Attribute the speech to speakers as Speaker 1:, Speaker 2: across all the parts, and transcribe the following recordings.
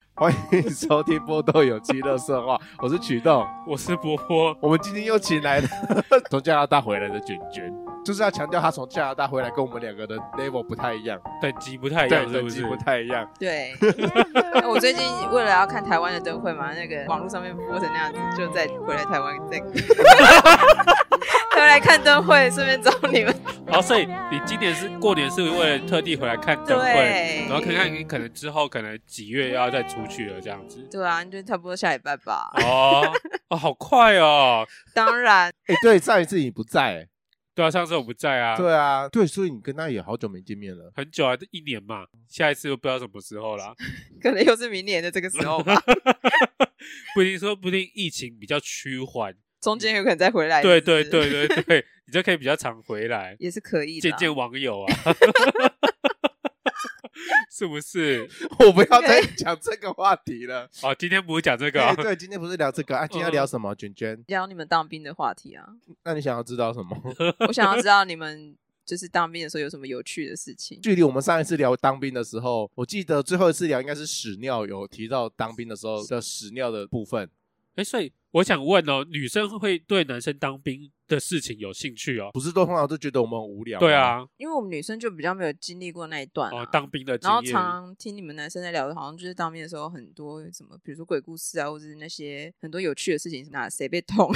Speaker 1: 欢迎收听波豆有机乐色话，我是曲豆。
Speaker 2: 我是波波，
Speaker 1: 我们今天又请来了 从加拿大回来的卷卷，就是要强调他从加拿大回来跟我们两个的 level 不太一样，
Speaker 2: 等级不太一
Speaker 1: 对
Speaker 2: 样，是
Speaker 1: 等
Speaker 2: 不
Speaker 1: 级
Speaker 2: 是？
Speaker 1: 不太一样。
Speaker 3: 对，我最近为了要看台湾的灯会嘛，那个网络上面播成那样子，就再回来台湾 再回来看灯会，顺便找你们。
Speaker 2: 哦，所以你今年是过年是为了特地回来看灯会，
Speaker 3: 对，
Speaker 2: 然后看看你可能之后可能几月要再出去了这样 子。
Speaker 3: 对啊，就差不多下礼拜吧。
Speaker 2: 哦哦，好快哦！
Speaker 3: 当然，
Speaker 1: 哎、对，上一次你不在、
Speaker 2: 对啊，上次我不在啊，
Speaker 1: 对啊，对，所以你跟他也好久没见面了。
Speaker 2: 很久啊，一年嘛，下一次又不知道什么时候啦。
Speaker 3: 可能又是明年的这个时候吧，
Speaker 2: 不一定说，不一定疫情比较趋缓，
Speaker 3: 中间有可能再回来。
Speaker 2: 对对，对对对，你就可以比较常回 来
Speaker 3: 也是可以的
Speaker 2: 见
Speaker 3: 啊。
Speaker 2: 见网友啊， 是不是？
Speaker 1: 我不要再讲这个话题了。
Speaker 2: 哦，今天不是讲这个
Speaker 1: 对
Speaker 2: 啊、
Speaker 1: 对，今天不是聊这个啊，今天要聊什么？卷卷，
Speaker 3: 聊你们当兵的话题啊，
Speaker 1: 那你想要知道什么？
Speaker 3: 我想要知道你们就是当兵的时候有什么有趣的事情。
Speaker 1: 距离我们上一次聊当兵的时候，我记得最后一次聊应该是屎尿，有提到当兵的时候的屎尿的部分，
Speaker 2: 哎，所以我想问哦，女生会对男生当兵的事情有兴趣哦？
Speaker 1: 不是都通常都觉得我们很无聊吗？
Speaker 2: 对啊，
Speaker 3: 因为我们女生就比较没有经历过那一段啊
Speaker 2: 哦，当兵的经
Speaker 3: 然后
Speaker 2: 验，
Speaker 3: 常常听你们男生在聊的，好像就是当面的时候很多什么，比如说鬼故事啊，或者是那些很多有趣的事情，哪谁被 捅，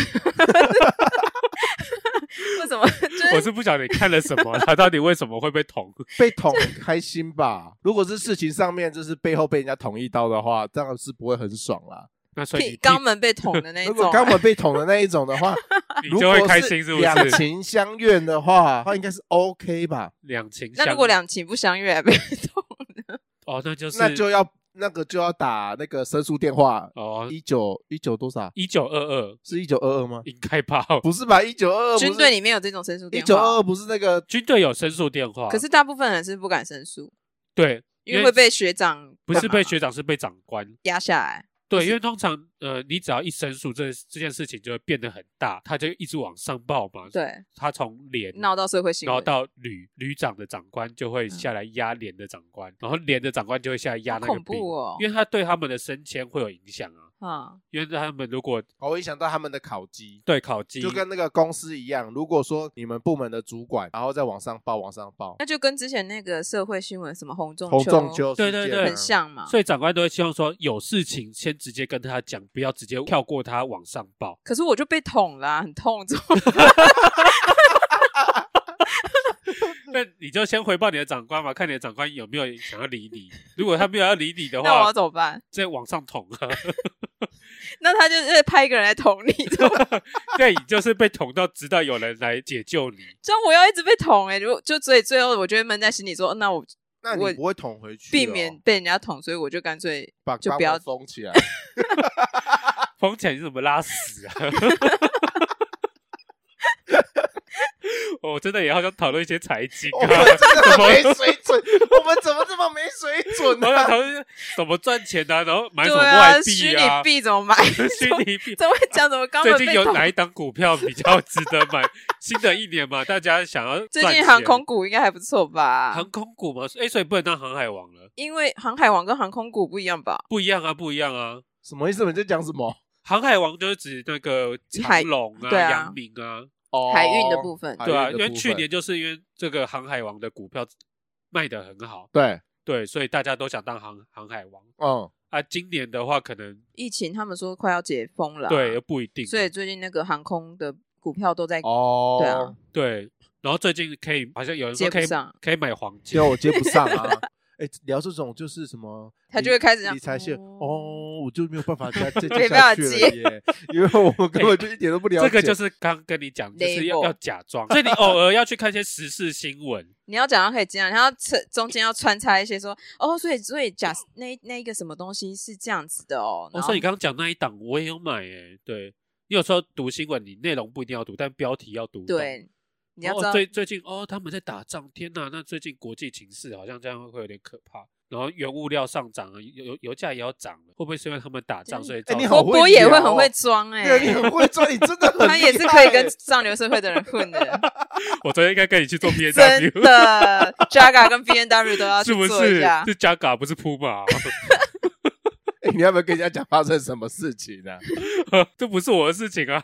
Speaker 3: 为什么？就
Speaker 2: 我
Speaker 3: 是
Speaker 2: 是不晓得你看了什么，他到底为什么会被捅？
Speaker 1: 被捅开心吧？ 如果是事情上面就是背后被人家捅一刀的话，当然是不会很爽啦。
Speaker 2: 那所以
Speaker 3: 屁
Speaker 2: 你
Speaker 3: 肛门被捅 的那一
Speaker 1: 如
Speaker 3: 种
Speaker 1: 果
Speaker 3: 啊、
Speaker 1: 刚好被捅的那一种的 话，
Speaker 2: 你
Speaker 1: 如
Speaker 2: 就
Speaker 1: 果
Speaker 2: 会开
Speaker 1: 是
Speaker 2: 心，是不
Speaker 1: 两
Speaker 2: 是？
Speaker 1: 情相悦的话，那应该是 OK 吧？
Speaker 2: 两情相
Speaker 3: 那如果两情不相悦还被 捅，
Speaker 2: 哦，那就是
Speaker 1: 那就要那个就要打那个申诉电话，
Speaker 2: 哦
Speaker 1: 一九一九多少？
Speaker 2: 一九二二
Speaker 1: 是一九二二吗？
Speaker 2: 应该吧？哦
Speaker 1: 不是吧？一九二二
Speaker 3: 军队里面有这种申诉
Speaker 1: 一
Speaker 3: 电
Speaker 1: 九二
Speaker 3: 话，
Speaker 1: 二不是那个
Speaker 2: 军队有申诉电话，
Speaker 3: 可是大部分人是不敢申诉，
Speaker 2: 对，
Speaker 3: 因为会被学长
Speaker 2: 不 是被学长，是被长官。
Speaker 3: 压下来。
Speaker 2: 对，因为通常呃，你只要一申诉，这这件事情就会变得很大，他就一直往上报嘛。，
Speaker 3: 对，
Speaker 2: 他从连
Speaker 3: 闹到社会新
Speaker 2: 然后
Speaker 3: 闻，
Speaker 2: 到旅旅长的长官就会下来压连的长官，然后连的长官就会下来压
Speaker 3: 嗯好
Speaker 2: 那个
Speaker 3: 恐
Speaker 2: 兵，
Speaker 3: 怖哦
Speaker 2: 因！为他对他们的升迁会有影响啊。
Speaker 3: 啊，
Speaker 2: 因为他们如果
Speaker 1: 哦，我一想到他们的考绩，
Speaker 2: 对考绩，
Speaker 1: 就跟那个公司一样。如果说你们部门的主管，然后再往上报，往上报，
Speaker 3: 那就跟之前那个社会新闻什么红中
Speaker 1: 红中秋
Speaker 2: 对
Speaker 1: 事
Speaker 2: 对
Speaker 1: 件
Speaker 2: 对
Speaker 1: 啊
Speaker 3: 很像嘛。
Speaker 2: 所以长官都会希望说有事情先直接跟他讲，不要直接跳过他往上 报。
Speaker 3: 可是我就被捅啦、很痛，怎么
Speaker 2: 那你就先回报你的长官嘛，看你的长官有没有想要理你。如果他没有要理你的
Speaker 3: 那我
Speaker 2: 话
Speaker 3: 要，怎么办？
Speaker 2: 再往上捅啊。
Speaker 3: 那他就是派一个人来捅你，这 样
Speaker 2: 对，你就是被捅到，直到有人来解救你。
Speaker 3: 这样我要一直被捅哎、欸，如果就所以最后我就会闷在心里说，那我
Speaker 1: 那
Speaker 3: 我
Speaker 1: 你不会捅回去哦，
Speaker 3: 避免被人家捅，所以我就干脆
Speaker 1: 把
Speaker 3: 就
Speaker 1: 把
Speaker 3: 不要
Speaker 1: 我封 起来。
Speaker 2: 风起来你怎么拉屎 啊？我真的也好想讨论一些财经
Speaker 1: 我
Speaker 2: 啊
Speaker 1: 们，
Speaker 3: 哦
Speaker 1: 真
Speaker 2: 怎
Speaker 1: 的
Speaker 2: 么
Speaker 1: 没水准，我们怎么这么没水准
Speaker 2: 我想
Speaker 1: 呢？
Speaker 2: 讨论怎么赚钱啊，然后买什
Speaker 3: 对
Speaker 2: 么
Speaker 3: 啊
Speaker 2: 外，币
Speaker 3: 虚拟
Speaker 2: 啊，
Speaker 3: 币怎么买？
Speaker 2: 虚拟币。
Speaker 3: 怎么会讲？怎么刚
Speaker 2: 最
Speaker 3: 本
Speaker 2: 近
Speaker 3: 被
Speaker 2: 有
Speaker 3: 捅？
Speaker 2: 哪一档股票比较值得买？ 新的一年嘛，大家想要
Speaker 3: 最
Speaker 2: 赚
Speaker 3: 近
Speaker 2: 钱
Speaker 3: 航空股应该还不错吧
Speaker 2: 航？空股嘛，哎、所以不能当航海王了，
Speaker 3: 因为航海王跟航空股不一样吧？
Speaker 2: 不一样啊，不一样啊。
Speaker 1: 什么意思？你在讲什么？
Speaker 2: 航海王就是指那个长
Speaker 3: 海
Speaker 2: 龙啊、
Speaker 3: 对啊
Speaker 2: 阳明啊，
Speaker 1: 哦
Speaker 3: 海运的部分，
Speaker 1: 海
Speaker 2: 对啊，
Speaker 1: 运
Speaker 2: 因
Speaker 1: 的
Speaker 2: 为
Speaker 1: 部
Speaker 2: 去
Speaker 1: 分
Speaker 2: 年就是因为这个航海王的股票卖得很好，
Speaker 1: 对，
Speaker 2: 对，所以大家都想当航航海王
Speaker 1: 嗯，
Speaker 2: 啊。今年的话，可能
Speaker 3: 疫情他们说快要解封了啊、
Speaker 2: 对不一定，
Speaker 3: 所以最近那个航空的股票都在
Speaker 1: 哦，
Speaker 3: 哎对啊，
Speaker 2: 对。然后最近可以好像有人说
Speaker 3: 接
Speaker 2: 可
Speaker 3: 不
Speaker 2: 以
Speaker 3: 上，
Speaker 2: 可以买黄金
Speaker 1: 结，果我接不上啊。哎，聊这种就是什么理，
Speaker 3: 他就会开始这样
Speaker 1: 理财线
Speaker 3: 哦
Speaker 1: 哦，我就没有办法 再再
Speaker 3: 没
Speaker 1: 接下
Speaker 3: 办法
Speaker 1: 去了
Speaker 3: 接
Speaker 1: 耶，因为我们根本就一点都不了解。
Speaker 2: 这个就是刚跟你讲，就是要
Speaker 3: Label
Speaker 2: 要假装，所以你偶尔要去看一些时事新闻，
Speaker 3: 你要讲到可以这样，然后扯中间要穿插一些说哦，所以所以假那那一个什么东西是这样子的哦，
Speaker 2: 哦，
Speaker 3: 然
Speaker 2: 所
Speaker 3: 后
Speaker 2: 以你刚刚讲那一档我也有买诶，对你有时候读新闻，你内容不一定要读，但标题要读懂。
Speaker 3: 对，你要知
Speaker 2: 哦，
Speaker 3: 道、
Speaker 2: 最最近哦，他们在打仗，天呐，那最近国际情势好像这样会有点可怕。然后原物料上涨了，油油油价也要涨了，会不会是因为他们打仗，
Speaker 3: 真
Speaker 2: 所以
Speaker 1: 哎
Speaker 2: 造
Speaker 1: 你
Speaker 2: 成
Speaker 1: 好
Speaker 3: 波
Speaker 1: 会
Speaker 3: 波也
Speaker 1: 聊
Speaker 3: 会
Speaker 1: 哦
Speaker 3: 很会装哎、
Speaker 1: 对，你很会赚，你真的很厉害。
Speaker 3: 他也是可以跟上流社会的人混 的，
Speaker 2: 我昨天应该跟你去做 B N
Speaker 3: 真
Speaker 2: W，
Speaker 3: 的。Jaga 跟 B N W 都要去
Speaker 2: 是不
Speaker 3: 做一
Speaker 2: 是
Speaker 3: 下？，
Speaker 2: 是加嘎不是 Puma，
Speaker 1: 哎你要不要跟人家讲发生什么事情 啊？
Speaker 2: 这不是我的事情啊，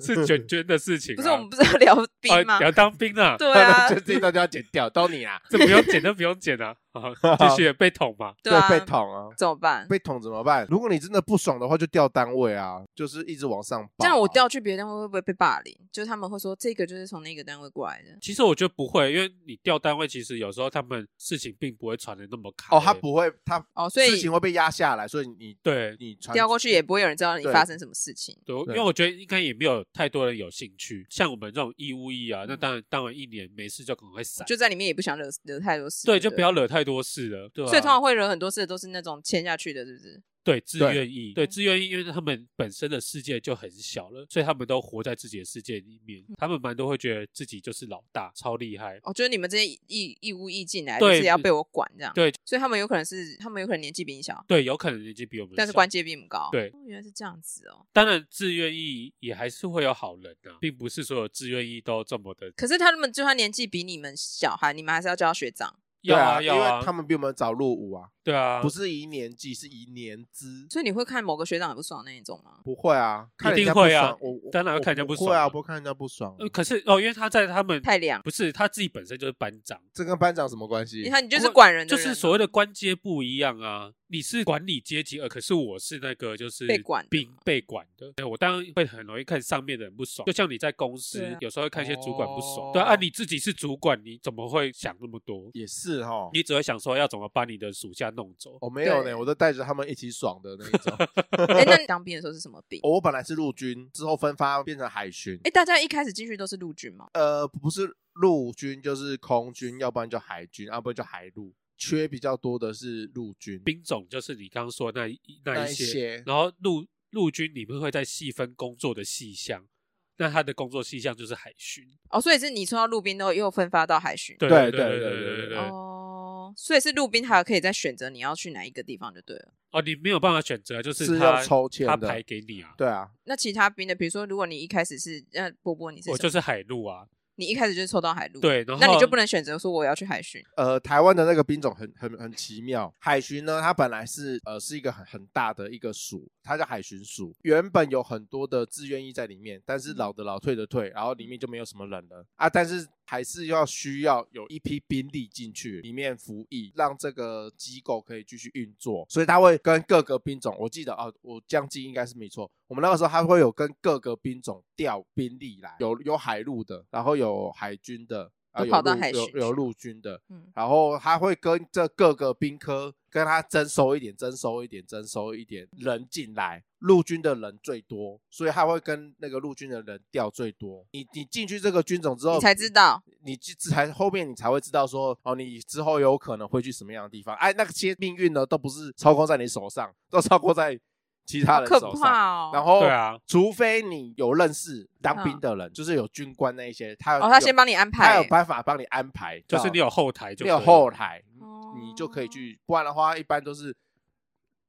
Speaker 2: 是 卷卷的事情、啊。
Speaker 3: 不是我们不是要聊
Speaker 2: 啊
Speaker 3: 兵吗？
Speaker 2: 要当兵啊，
Speaker 3: 对啊
Speaker 1: 这，这一哦段就要剪掉，都你 啊，
Speaker 2: 这不用剪，这不用剪啊， 啊，继续被捅嘛。
Speaker 3: 对啊，
Speaker 1: 被捅啊，
Speaker 3: 怎么办？
Speaker 1: 被捅怎么办？如果你真的不爽的话，就调单位啊，就是一直往上报啊。
Speaker 3: 这样我调去别的单位会不会被霸凌？就是他们会说这个就是从那个单位过来的，
Speaker 2: 其实我觉得不会，因为你调单位，其实有时候他们事情并不会传的那么开。
Speaker 1: 哦，他不会，他
Speaker 3: 哦，所以
Speaker 1: 事情会被压下来，所以你
Speaker 2: 对
Speaker 1: 你传
Speaker 3: 调过去也不会有人知道你
Speaker 1: 对
Speaker 3: 发生什么事情。
Speaker 2: 对，因
Speaker 1: 对
Speaker 2: 为我觉得应该也没有太多人有兴趣，像我们这种义务役啊，那当然当然一年没事就赶快闪，
Speaker 3: 就在里面也不想惹惹太多事，
Speaker 2: 对，
Speaker 3: 不
Speaker 2: 就不要惹太多事了，对吧、啊
Speaker 3: 所以通常会惹很多事的都是那种签下去的，是不是？
Speaker 2: 对自
Speaker 1: 对
Speaker 2: 愿意，对自愿意，因为他们本身的世界就很小了，所以他们都活在自己的世界里面，他们蛮都会觉得自己就是老大，超厉害。
Speaker 3: 哦，就是你们这些义义务役进来，就
Speaker 2: 对
Speaker 3: 是也要被我管这样。
Speaker 2: 对
Speaker 3: 所以他们有可能是他们有可能年纪比你小，
Speaker 2: 对，有可能年纪比我们小，
Speaker 3: 但是关节比你们高。
Speaker 2: 对
Speaker 3: 哦，原来是这样子哦。
Speaker 2: 当然自愿意也还是会有好人啊，并不是所有自愿意都这么的
Speaker 3: 可是他们就算年纪比你们小孩，你们还是要叫他学长。
Speaker 1: 对
Speaker 2: 要
Speaker 1: 啊，
Speaker 2: 要
Speaker 1: 因为他
Speaker 2: 啊，
Speaker 1: 们比我们早入伍啊，
Speaker 2: 对啊，
Speaker 1: 不是以年纪，是以年资。
Speaker 3: 所以你会看某个学长很不爽那一种吗？
Speaker 1: 不会啊，看人家
Speaker 2: 一定会啊
Speaker 1: 不爽我我
Speaker 2: 当然会看人家
Speaker 1: 我
Speaker 2: 不
Speaker 1: 不
Speaker 2: 爽
Speaker 1: 会啊，
Speaker 2: 啊
Speaker 1: 我不会看人家不爽啊。
Speaker 2: 呃，可是哦，因为他在他们
Speaker 3: 太凉，
Speaker 2: 不是他自己本身就是班长，
Speaker 1: 这跟班长什么关系
Speaker 3: 你？看你就是
Speaker 2: 不
Speaker 3: 管人的
Speaker 2: 就
Speaker 3: 人
Speaker 2: 是所谓的官阶不一样啊。你是管理阶级，呃，可是我是那个就是
Speaker 3: 被管的
Speaker 2: 兵
Speaker 3: 嘛
Speaker 2: 被管的，对我当然会很容易看上面的人不爽。就像你在公司
Speaker 3: 对啊
Speaker 2: 有时候会看一些主管不
Speaker 1: 哦
Speaker 2: 爽，对啊，啊你自己是主管，你怎么会想那么多？
Speaker 1: 也是哈，
Speaker 2: 你只会想说要怎么把你的属下弄走。
Speaker 1: 我没有
Speaker 3: 对
Speaker 1: 呢，我都带着他们一起爽的那一 种。哦
Speaker 3: 哎，那你当兵的时候是什么 兵？
Speaker 1: 我本来是陆军，之后分发变成海巡，
Speaker 3: 哎，大家一开始进去都是陆军吗？
Speaker 1: 呃，不是陆军就是空军，要不然就海军，啊要不然就海陆。缺比较多的是陆军，
Speaker 2: 兵种就是你刚刚说的那一那
Speaker 1: 那
Speaker 2: 一
Speaker 1: 一
Speaker 2: 些，
Speaker 1: 些
Speaker 2: 然后陆陆军里面会再细分工作的细项，那他的工作细项就是海巡。
Speaker 3: 哦，所以是你说到陆兵都又分发到海巡。
Speaker 2: 对啊
Speaker 1: 对
Speaker 2: 对
Speaker 1: 对
Speaker 2: 对
Speaker 1: 对
Speaker 2: 对
Speaker 1: 对
Speaker 2: 对。
Speaker 3: 哦，所以是陆兵还可以再选择你要去哪一个地方就对了。
Speaker 2: 哦，你没有办法选择，就是
Speaker 1: 是
Speaker 2: 他
Speaker 1: 要抽签
Speaker 2: 他
Speaker 1: 的
Speaker 2: 排给你啊。
Speaker 1: 对啊，
Speaker 3: 那其他兵的，比如说，如果你一开始是呃波波，你是
Speaker 2: 我
Speaker 3: 什
Speaker 2: 哦就
Speaker 3: 么
Speaker 2: 是海陆啊，
Speaker 3: 你一开始就是抽到海陆，，
Speaker 2: 对，然后
Speaker 3: 那你就不能选择说我要去海巡，
Speaker 1: 呃，台湾的那个兵种很很很奇妙。海巡呢，它本来是呃是一个很很大的一个署，它叫海巡署。原本有很多的志愿役在里面，但是老的老，退的退，然后里面就没有什么人了啊。但是还是要需要有一批兵力进去里面服役，让这个机构可以继续运作。所以他会跟各个兵种，我记得哦，我这样记应该是没错。我们那个时候他会有跟各个兵种调兵力来，有有海陆的，然后有海军的。啊，
Speaker 3: 都
Speaker 1: 有
Speaker 3: 跑到
Speaker 1: 陆
Speaker 3: 海
Speaker 1: 有
Speaker 3: 巡
Speaker 1: 有
Speaker 3: 去
Speaker 1: 陆军的，
Speaker 3: 嗯，
Speaker 1: 然后他会跟这各个兵科跟他征收一点，征收一点，征收一点人进来。陆军的人最多，所以他会跟那个陆军的人调最多。你你进去这个军种之后，
Speaker 3: 你才知道
Speaker 1: 你去才后面你才会知道说哦，你之后有可能会去什么样的地方。哎，那些命运呢，都不是操控在你手上，都操控在其他
Speaker 3: 好
Speaker 1: 人
Speaker 3: 可
Speaker 1: 手上。
Speaker 3: 怕哦。
Speaker 1: 然后
Speaker 2: 对，啊，
Speaker 1: 除非你有认识当兵
Speaker 3: 嗯
Speaker 1: 的人，就是有军官那一些，他
Speaker 3: 哦，他
Speaker 1: 有
Speaker 3: 先帮你安
Speaker 1: 他有
Speaker 3: 排，
Speaker 1: 办法帮你安排，
Speaker 2: 就是
Speaker 1: 到
Speaker 2: 你有后台就
Speaker 1: 没有
Speaker 2: 可以
Speaker 1: 后台，
Speaker 3: 哦
Speaker 1: 你就可以去。不然的话，一般都是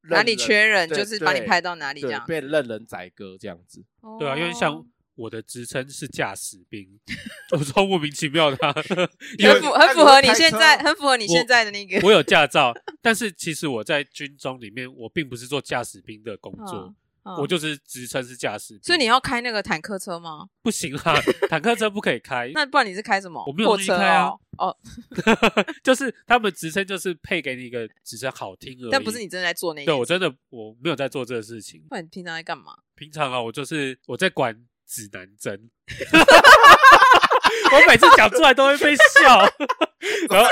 Speaker 1: 认
Speaker 3: 哪里
Speaker 1: 人
Speaker 3: 缺人
Speaker 1: 对
Speaker 3: 就是把你
Speaker 1: 对
Speaker 3: 派到哪里这
Speaker 1: 对
Speaker 3: 样，
Speaker 1: 被任人宰割这样子。
Speaker 2: 对啊，因为
Speaker 3: 哦
Speaker 2: 像。我的职称是驾驶兵， 我超莫名其妙的 啊、因为
Speaker 3: 很符
Speaker 1: 那
Speaker 3: 很
Speaker 1: 你
Speaker 3: 符
Speaker 1: 会
Speaker 3: 合你
Speaker 1: 开
Speaker 3: 现
Speaker 1: 车
Speaker 3: 在
Speaker 1: 吗
Speaker 3: 很符合你
Speaker 2: 我
Speaker 3: 现在的那个，
Speaker 2: 我有驾照，但是其实我在军中里面，我并不是做驾驶兵的工作，
Speaker 3: 嗯
Speaker 2: 我就是职称是驾驶兵。
Speaker 3: 所以你要开那个坦克车吗？
Speaker 2: 不行 啊，坦克车不可以开，
Speaker 3: 那不然你是开什么？
Speaker 2: 我没有
Speaker 3: 货
Speaker 2: 东西
Speaker 3: 车
Speaker 2: 开啊
Speaker 3: 哦，哦，
Speaker 2: 就是他们职称就是配给你一个职称好听而已，
Speaker 3: 但不是你真的在做那
Speaker 2: 对我
Speaker 3: 个，
Speaker 2: 真的我没有在做这个事情。
Speaker 3: 不然你平常在干嘛？
Speaker 2: 平常啊，我就是我在管指南 针，我每次讲出来都会被 笑，然后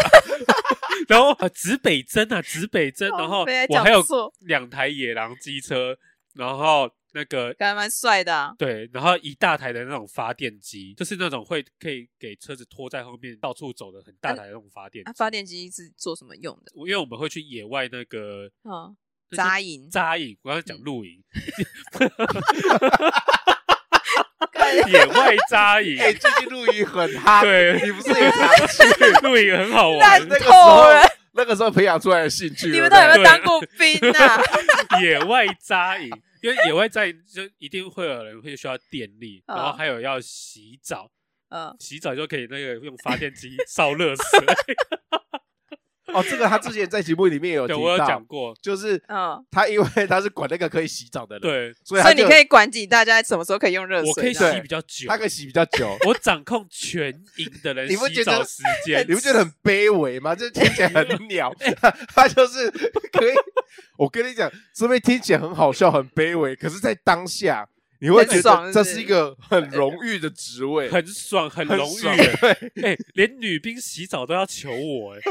Speaker 2: 然后啊指北针啊指北针，然后
Speaker 3: 靠北
Speaker 2: 我还有
Speaker 3: 哦讲错
Speaker 2: 两台野狼机车，然后那个
Speaker 3: 感觉蛮帅的啊，
Speaker 2: 对，然后一大台的那种发电机，就是那种会可以给车子拖在后面到处走的很大台的那种发电机
Speaker 3: 啊，发，电机是做什么用的？
Speaker 2: 因为我们会去野外那个
Speaker 3: 嗯，
Speaker 2: 那些
Speaker 3: 扎营，
Speaker 2: 扎营，我刚才
Speaker 3: 嗯
Speaker 2: 讲露营，
Speaker 3: 干
Speaker 2: 野外扎 营，
Speaker 1: 哎，最近录音很哈，
Speaker 2: 对
Speaker 1: 你不是也常 去
Speaker 2: 露营很好玩
Speaker 3: 烂，
Speaker 1: 那个时
Speaker 3: 透
Speaker 1: 候
Speaker 3: 了
Speaker 1: 那个时候培养出来的兴趣了？
Speaker 3: 你们到底有没有
Speaker 2: 对
Speaker 3: 当过兵啊？
Speaker 2: 野外扎营，因为野外扎营就一定会有人会需要电力，
Speaker 3: 嗯
Speaker 2: 然后还有要洗澡，
Speaker 3: 嗯，
Speaker 2: 洗澡就可以那个用发电机烧热水。
Speaker 1: 哦，这个他之前在节目里面有提
Speaker 2: 对我有
Speaker 1: 到
Speaker 2: 讲，过，
Speaker 1: 就是
Speaker 3: 嗯，
Speaker 1: 他因为他是管那个可以洗澡的人，，
Speaker 2: 对，啊
Speaker 1: 所以
Speaker 3: 所
Speaker 1: 他
Speaker 3: 以你
Speaker 1: 就
Speaker 3: 可以管紧大家什么时候可以用热水
Speaker 2: 我
Speaker 3: 这
Speaker 2: 可以
Speaker 3: 样，
Speaker 1: 对
Speaker 2: 洗比较久
Speaker 1: 他，可以洗比较久。
Speaker 2: 我掌控全营的 人
Speaker 1: 你不
Speaker 2: 洗
Speaker 1: 觉得
Speaker 2: 澡时间
Speaker 1: 你。不觉得很卑微吗？这听起来 很鸟， 他他就是可以。我跟你讲，这边听起来很好笑、很卑微，可是，在当下你会觉
Speaker 3: 很
Speaker 1: 得
Speaker 3: 爽是
Speaker 1: 这
Speaker 3: 不是
Speaker 1: 是一个很荣誉的职位，
Speaker 2: 很爽，很
Speaker 1: 很
Speaker 2: 荣誉
Speaker 1: 爽
Speaker 2: 耶。
Speaker 1: 对，
Speaker 2: 哎、连女兵洗澡都要求我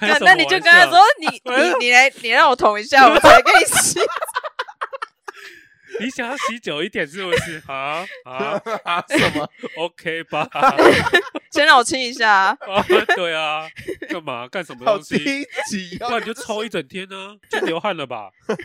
Speaker 2: 哎、开
Speaker 3: 那
Speaker 2: 什么
Speaker 3: 那你就
Speaker 2: 玩
Speaker 3: 跟他
Speaker 2: 笑
Speaker 3: 说， 你你你来，你让我捅一下，我才可以洗。
Speaker 2: 你想要洗久一点是不是？啊啊
Speaker 1: 啊什么？
Speaker 2: ，OK 吧？
Speaker 3: 先让我亲一下啊，
Speaker 2: 啊对啊，干嘛干什么
Speaker 1: 好
Speaker 2: 东
Speaker 1: 低
Speaker 2: 西？
Speaker 1: 级
Speaker 2: 不
Speaker 1: 哦！
Speaker 2: 然你就抽一整天呢、就流汗了吧？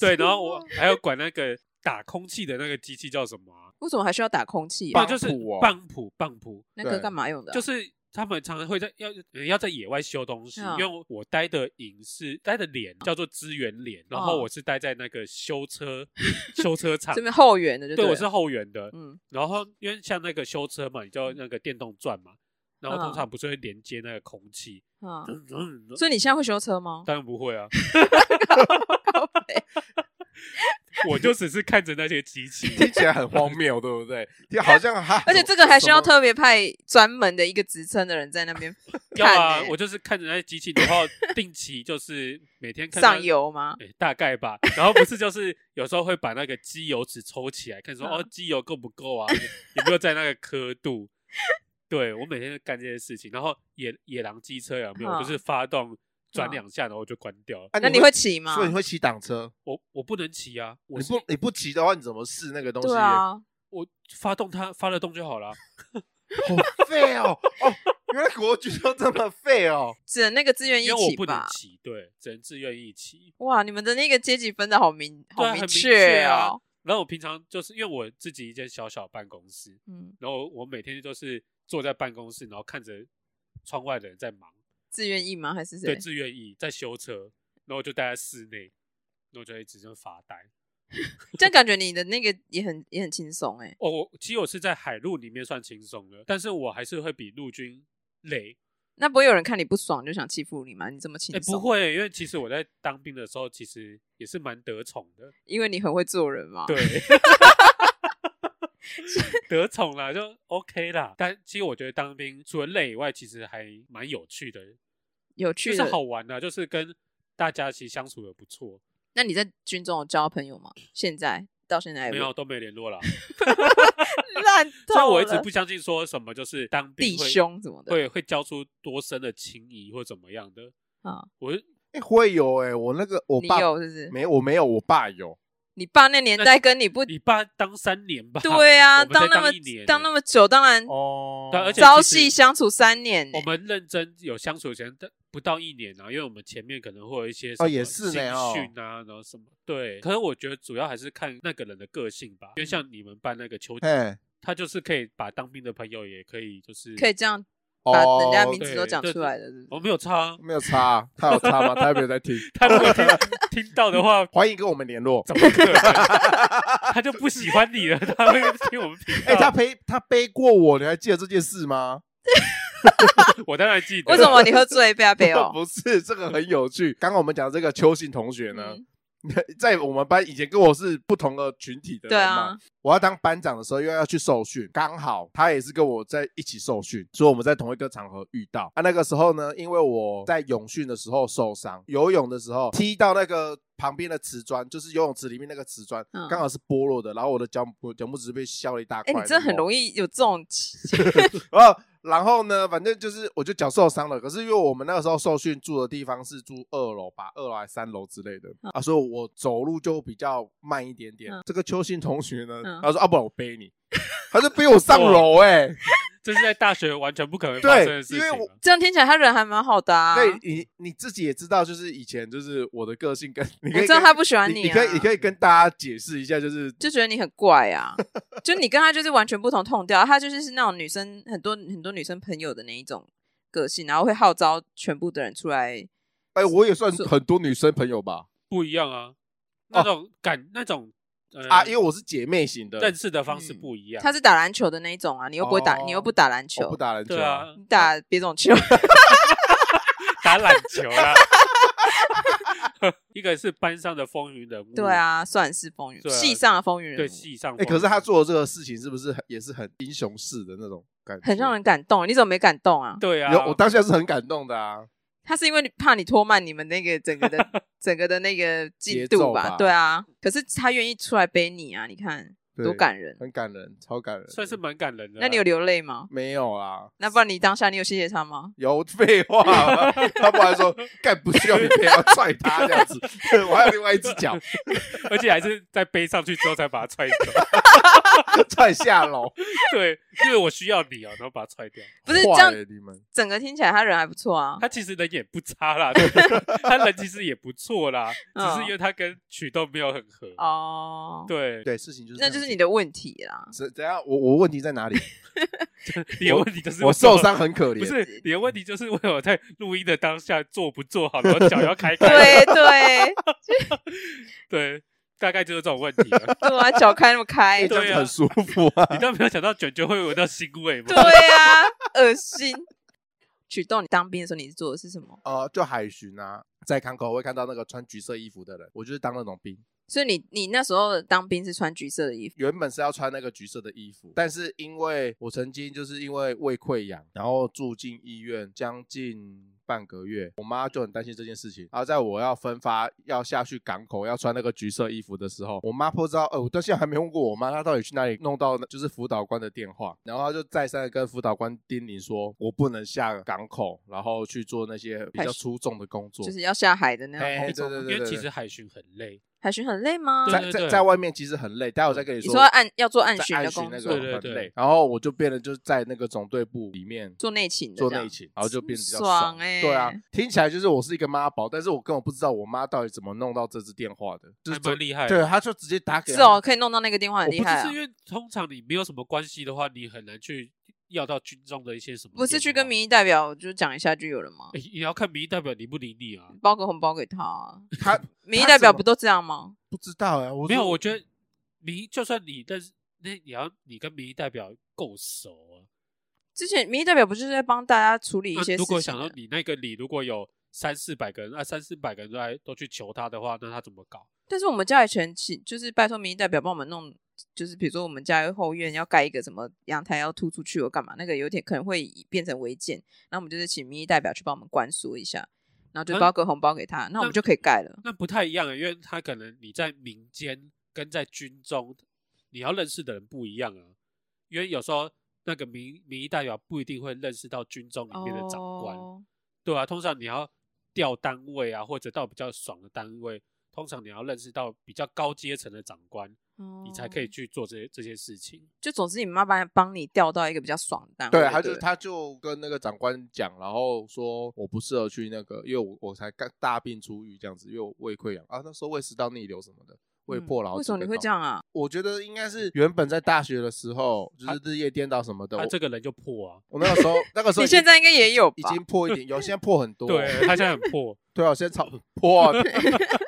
Speaker 2: 对，然后我还要管那个打空气的那个机器叫什么啊、
Speaker 3: 为什么还需要打空气
Speaker 2: 那
Speaker 3: 啊？
Speaker 2: 就是
Speaker 1: 棒浦哦。
Speaker 2: 棒浦，棒浦
Speaker 3: 那个干嘛用的啊？
Speaker 2: 就是。他们常常会在要呃要在野外修东西，
Speaker 3: 嗯
Speaker 2: 因为我待的营是待的连叫做资源连，然后
Speaker 3: 哦
Speaker 2: 我是待在那个修车修车厂
Speaker 3: 这，边后援的就
Speaker 2: 对
Speaker 3: 了
Speaker 2: 我是后援的，
Speaker 3: 嗯
Speaker 2: 然后因为像那个修车嘛，你就那个电动转嘛，然后通
Speaker 3: 嗯
Speaker 2: 常不是会连接那个空气，
Speaker 3: 啊，嗯
Speaker 2: 嗯嗯
Speaker 3: 所以你现在会修 车吗？
Speaker 2: 当然不会啊，
Speaker 3: 靠北
Speaker 2: 我就只是看着那些机器
Speaker 1: 听起来很 荒谬，对不对？好像还
Speaker 3: 而且这个还需要
Speaker 1: 什么
Speaker 3: 特别派专门的一个职称的人在那边
Speaker 2: 要
Speaker 3: 看
Speaker 2: 啊
Speaker 3: 欸，
Speaker 2: 我就是看着那些机器，然后定期就是每天看它
Speaker 3: 上、油吗？
Speaker 2: 哎大概吧。然后不是就是有时候会把那个机油尺抽起来看说，哦，
Speaker 3: 嗯
Speaker 2: 机油够不够啊？有没有在那个刻度？对我每天都干这些事情。然后野野狼机车有没有？我就是发动转
Speaker 3: 嗯
Speaker 2: 两下，然后就关掉了。
Speaker 1: 啊
Speaker 3: 那你会骑吗？
Speaker 1: 所以你会骑挡车？
Speaker 2: 我我不能骑啊，我
Speaker 1: 你
Speaker 2: 是
Speaker 1: 不你不骑的话，你怎么试那个东西？
Speaker 3: 对啊，
Speaker 2: 我发动它发了动就好了啊。
Speaker 1: 好废哦！哦，原来国军都这么废哦！
Speaker 3: 只能那个自愿一
Speaker 2: 因为我
Speaker 3: 起
Speaker 2: 不能
Speaker 3: 吧。
Speaker 2: 骑，对，只能自愿一起。
Speaker 3: 哇，你们的那个阶级分的好明，
Speaker 2: 对啊
Speaker 3: 好
Speaker 2: 很明确
Speaker 3: 确
Speaker 2: 啊
Speaker 3: 哦。
Speaker 2: 然后我平常就是因为我自己一间小小办公室，
Speaker 3: 嗯，
Speaker 2: 然后我每天就是坐在办公室，然后看着窗外的人在忙，
Speaker 3: 自愿意吗？还是谁
Speaker 2: 对，？自愿意在修车，然后我就待在室内，然后我就一直就发呆。
Speaker 3: 这样感觉你的那个也很也很轻松哎。
Speaker 2: 哦，我其实我是在海陆里面算轻松的，但是我还是会比陆军累。
Speaker 3: 那不会有人看你不爽就想欺负你吗？你这么轻
Speaker 2: 哎，
Speaker 3: 松，
Speaker 2: 不，会，因为其实我在当兵的时候，其实也是蛮得宠的。
Speaker 3: 因为你很会做人嘛。，
Speaker 2: 对， 得宠啦，就 OK 啦。但其实我觉得当兵除了累以外，其实还蛮有趣的，
Speaker 3: 有
Speaker 2: 就
Speaker 3: 趣
Speaker 2: 是
Speaker 3: 的。
Speaker 2: 好玩啦，就是跟大家其实相处的不错。
Speaker 3: 那你在军中有交朋友吗？现在到现在也
Speaker 2: 没有，都没联 络啦。
Speaker 3: 烂透
Speaker 2: 虽然我一直
Speaker 3: 了
Speaker 2: 不相信说什么就是当兵
Speaker 3: 弟
Speaker 2: 会
Speaker 3: 兄什么的。
Speaker 2: 会会交出多深的情谊或怎么样的。
Speaker 3: 啊，
Speaker 2: 我
Speaker 1: 哎，会有哎，我那个我
Speaker 3: 你
Speaker 1: 爸
Speaker 3: 有是不是？
Speaker 1: 没，我没有，我爸有。
Speaker 3: 你爸那年代跟你不
Speaker 2: 你爸当三年吧？
Speaker 3: 对啊，
Speaker 2: 我们才
Speaker 3: 当那
Speaker 2: 当
Speaker 3: 么
Speaker 2: 一年欸
Speaker 3: 当那么久，当然
Speaker 1: 哦
Speaker 2: 对而且
Speaker 3: 朝
Speaker 2: 其实
Speaker 3: 夕相处三年欸。
Speaker 2: 我们认真有相处前但不到一年啊，因为我们前面可能会有一些
Speaker 1: 哦
Speaker 2: 什么
Speaker 1: 也是
Speaker 2: 新
Speaker 1: 呢哦
Speaker 2: 训啊，然后什么对。可是我觉得主要还是看那个人的个性吧，因为像你们班那个邱，
Speaker 1: 哎，
Speaker 2: 他就是可以把当兵的朋友也可以就是
Speaker 3: 可以，这样把
Speaker 1: 哦，
Speaker 3: 人家名字
Speaker 2: 对
Speaker 3: 都讲
Speaker 2: 对
Speaker 3: 出
Speaker 2: 对
Speaker 3: 来的，是不
Speaker 2: 我
Speaker 3: 是
Speaker 2: 没有差
Speaker 3: 嗯
Speaker 2: 啊，
Speaker 1: 没有差啊，他有差吗？他有没有在听？
Speaker 2: 他如果听 听到的话，
Speaker 1: 欢迎跟我们联络。
Speaker 2: 怎么可能？ 他就不喜欢 你了，他会听我们频道。
Speaker 1: 哎，他背他背过我，你还记得这件事吗？
Speaker 2: 我当然记得，
Speaker 3: 为什么你喝醉被他背哦？
Speaker 1: 不是，这个很有趣。刚刚我们讲这个邱信同学呢，
Speaker 3: 嗯
Speaker 1: 在我们班以前跟我是不同的群体的
Speaker 3: 对
Speaker 1: 人嘛，
Speaker 3: 啊，
Speaker 1: 我要当班长的时候，又要去受训，刚好他也是跟我在一起受训，所以我们在同一个场合遇到。啊，那个时候呢，因为我在泳训的时候受伤，游泳的时候踢到那个旁边的瓷砖，就是游泳池里面那个瓷砖，
Speaker 3: 嗯
Speaker 1: 刚好是剥落的，然后我的脚拇脚拇指被削了一大
Speaker 3: 哎，
Speaker 1: 块。
Speaker 3: 你真的很容易有这种
Speaker 1: 然后，然后呢，反正就是我就脚受伤了。可是因为我们那个时候受训住的地方是住二楼吧，二楼还是三楼之类的、啊，所以我走路就比较慢一点点。
Speaker 3: 嗯
Speaker 1: 这个邱信同学呢，
Speaker 3: 嗯
Speaker 1: 他说：“啊，不然我背 你。”他就背我上楼哎、
Speaker 2: 这是在大学完全不可能发生的
Speaker 1: 对，
Speaker 2: 事
Speaker 1: 因
Speaker 2: 情
Speaker 1: 为
Speaker 2: 啊。
Speaker 1: 我
Speaker 3: 这样听起来他人还蛮好的啊。
Speaker 1: 对哎你你自己也知道，就是以前就是我的个性 跟你可
Speaker 3: 我
Speaker 1: 以
Speaker 3: 知道
Speaker 1: 跟
Speaker 3: 他不喜欢
Speaker 1: 你，你
Speaker 3: 啊
Speaker 1: 可以你可以跟大家解释一下，就是
Speaker 3: 就觉得你很怪 啊，就你跟他就是完全不同痛调，他就是是那种女生很多很多女生朋友的那一种个性，然后会号召全部的人出来。
Speaker 1: 哎、我也算很多女生朋友吧。
Speaker 2: 不一样啊，那种感、那种呃
Speaker 1: 啊，因为我是姐妹型的，
Speaker 2: 认识的方式
Speaker 1: 嗯
Speaker 2: 不一样。
Speaker 3: 他是打篮球的那一种啊，你又不会打，
Speaker 1: 哦
Speaker 3: 你又不打篮
Speaker 1: 我
Speaker 3: 球
Speaker 1: 不，打篮球
Speaker 2: 对，啊，
Speaker 3: 你打别 种球。
Speaker 2: 打篮球啦。 一个是班上的风云人物，
Speaker 3: 对，啊，算是风云，
Speaker 2: 对啊
Speaker 3: 系上的风云人
Speaker 2: 对
Speaker 3: 物，
Speaker 2: 系上风
Speaker 1: 哎，
Speaker 2: 云。
Speaker 1: 可
Speaker 3: 哦
Speaker 1: 是他做的这个事情是不是很也是很英雄式的那种感觉？
Speaker 3: 很让人感动。你怎么没感动啊？
Speaker 2: 对啊，
Speaker 1: 有，我当下是很感动的啊。
Speaker 3: 他是因为你怕你拖慢你们那个整 个的整个的那个进
Speaker 1: 节
Speaker 3: 度
Speaker 1: 奏
Speaker 3: 吧？
Speaker 1: 吧
Speaker 3: 对啊，可是他愿意出来背你啊，你看
Speaker 1: 对
Speaker 3: 多感人。
Speaker 1: 很感人，超感人。
Speaker 2: 算是蛮感人的啊。
Speaker 3: 那你有流泪吗？
Speaker 1: 没有啦，
Speaker 3: 那不然你当下你有谢谢他吗？
Speaker 1: 有废话吗， 他不然说干不需要你陪，要踹他这样子。 我还有另外一只脚
Speaker 2: 而且还是在背上去之后才把它踹走。
Speaker 1: 踹下楼，
Speaker 2: 对，因为我需要你哦，然后把它踹掉。
Speaker 3: 不是这
Speaker 1: 坏
Speaker 3: 样，
Speaker 1: 了你们
Speaker 3: 整个听起来他人还不错啊。
Speaker 2: 他其实人也不差啦， 他人其实也不错啦，只是因为他跟曲动没有很合。
Speaker 3: 嗯哦，
Speaker 2: 对，
Speaker 1: 对事情就是这
Speaker 3: 那
Speaker 1: 样子
Speaker 3: 就是你。的问题 啦。
Speaker 1: 怎怎样？我我问题在哪里？
Speaker 2: 你的问题就是
Speaker 1: 我受伤很可怜。
Speaker 2: 不是你的问题，就是为什么在录音的当下做不做好，然后脚要开开。
Speaker 3: 对对
Speaker 2: 对，大概就是这种问题了。
Speaker 3: 对啊，脚开那么开
Speaker 1: 哎，这
Speaker 2: 对
Speaker 1: 样子
Speaker 2: 啊
Speaker 1: 很舒服啊。
Speaker 2: 你都没有想到卷卷会闻到腥味吗
Speaker 3: 对？啊，恶心。举动，你当兵的时候你做的是什么？
Speaker 1: 呃，就海巡啊，在港口会看到那个穿橘色衣服的人，我就是当那种兵。
Speaker 3: 所以你你那时候当兵是穿橘色的衣服，
Speaker 1: 原本是要穿那个橘色的衣服，但是因为我曾经就是因为胃溃疡，然后住进医院将近半个月，我妈就很担心这件事情。然后在我要分发要下去港口要穿那个橘色衣服的时候，我妈不知道，呃，我到现在还没问过我妈她到底去哪里弄到就是辅导官的电话，然后她就再三的跟辅导官叮咛说，我不能下港口，然后去做那些比较出众的工作
Speaker 3: 就。是要下海的那
Speaker 1: 哎
Speaker 3: 样工作
Speaker 1: 对
Speaker 3: 吗。
Speaker 1: 对
Speaker 2: 因
Speaker 1: 对
Speaker 2: 为其实海巡很累，
Speaker 3: 海巡很累吗？
Speaker 1: 在
Speaker 2: 对
Speaker 1: 在在外面其实很累，待会再跟你
Speaker 3: 你
Speaker 1: 说。
Speaker 3: 说按要做暗巡
Speaker 1: 在
Speaker 3: 的
Speaker 1: 暗
Speaker 3: 工
Speaker 1: 巡那
Speaker 3: 作，
Speaker 1: 种
Speaker 2: 对对
Speaker 1: 很
Speaker 2: 对
Speaker 1: 累，然后我就变得就是在那个总队部里面
Speaker 3: 做内勤的
Speaker 1: 做
Speaker 3: 这样
Speaker 1: 内勤，然后就变得比较
Speaker 3: 爽哎
Speaker 1: 对啊，听起来就是我是一个妈宝，但是我根本不知道我妈到底怎么弄到这支电话的，就是
Speaker 2: 还
Speaker 1: 这
Speaker 2: 蛮厉害的。
Speaker 1: 对，啊她就直接打给
Speaker 3: 哎是哦，，可以弄到那个电话
Speaker 2: 啊我
Speaker 3: 很厉
Speaker 2: 不
Speaker 3: 害
Speaker 2: 是
Speaker 3: 啊
Speaker 2: 是因。为通常你没有什么关系的话，你很难去要到军中的一些什么电话。
Speaker 3: 不是去跟民意代表就讲一下就有了吗？
Speaker 2: 哎，也要看民意代表理不理你啊。
Speaker 3: 包个红包给他啊，
Speaker 1: 她
Speaker 3: 民意代表
Speaker 1: 怎么
Speaker 3: 不都这样吗？
Speaker 1: 不知道哎，我
Speaker 2: 没有，我
Speaker 1: 得
Speaker 2: 觉得民就算你，但是那你要你跟民意代表够熟啊。
Speaker 3: 之前民意代表不就是在帮大家处理一
Speaker 2: 那
Speaker 3: 些事
Speaker 2: 呃如
Speaker 3: 情的？啊
Speaker 2: 果想到你那个里如果有三四百个人，啊，三四百个人都来都去求他的话，那他怎么搞？
Speaker 3: 但是我们家以前请就是拜托民意代表帮我们弄，就是比如说我们家后院要盖一个什么阳台要突出去，或干嘛，那个有点可能会变成违建，那我们就是请民意代表去帮我们关说一下，然后就
Speaker 2: 嗯
Speaker 3: 包个红包给他，那我们就可以盖了。
Speaker 2: 那不太一样啊，因为他可能你在民间跟在军中，你要认识的人不一样啊。因为有时候那个民民意代表不一定会认识到军中里面的长官，
Speaker 3: 哦
Speaker 2: 对啊，通常你要调单位啊，或者到比较爽的单位，通常你要认识到比较高阶层的长官，你才可以
Speaker 3: 哦
Speaker 2: 去做这些这些事情。
Speaker 3: 就总之，你妈帮帮你调到一个比较爽的单位。
Speaker 1: 对，她就
Speaker 3: 不
Speaker 1: 她就跟那个长官讲，然后说我不适合去那个，因为我我才刚大病初愈这样子，因为我胃溃疡啊，那时候胃食道逆流什么的。胃
Speaker 3: 嗯
Speaker 1: 破了、
Speaker 3: 为什么你会这？样啊？
Speaker 1: 我觉得应该是原本在大学的时候，就是日夜颠倒什么的。
Speaker 2: 他
Speaker 1: 我
Speaker 2: 这个人就破啊，
Speaker 1: 我那个时候，那个时候
Speaker 3: 你
Speaker 1: 已经
Speaker 3: 现在应该也有吧？
Speaker 1: 已经破一点，有现在破很多。
Speaker 2: 对他现 在很破。
Speaker 1: 对啊，我现在超破。啊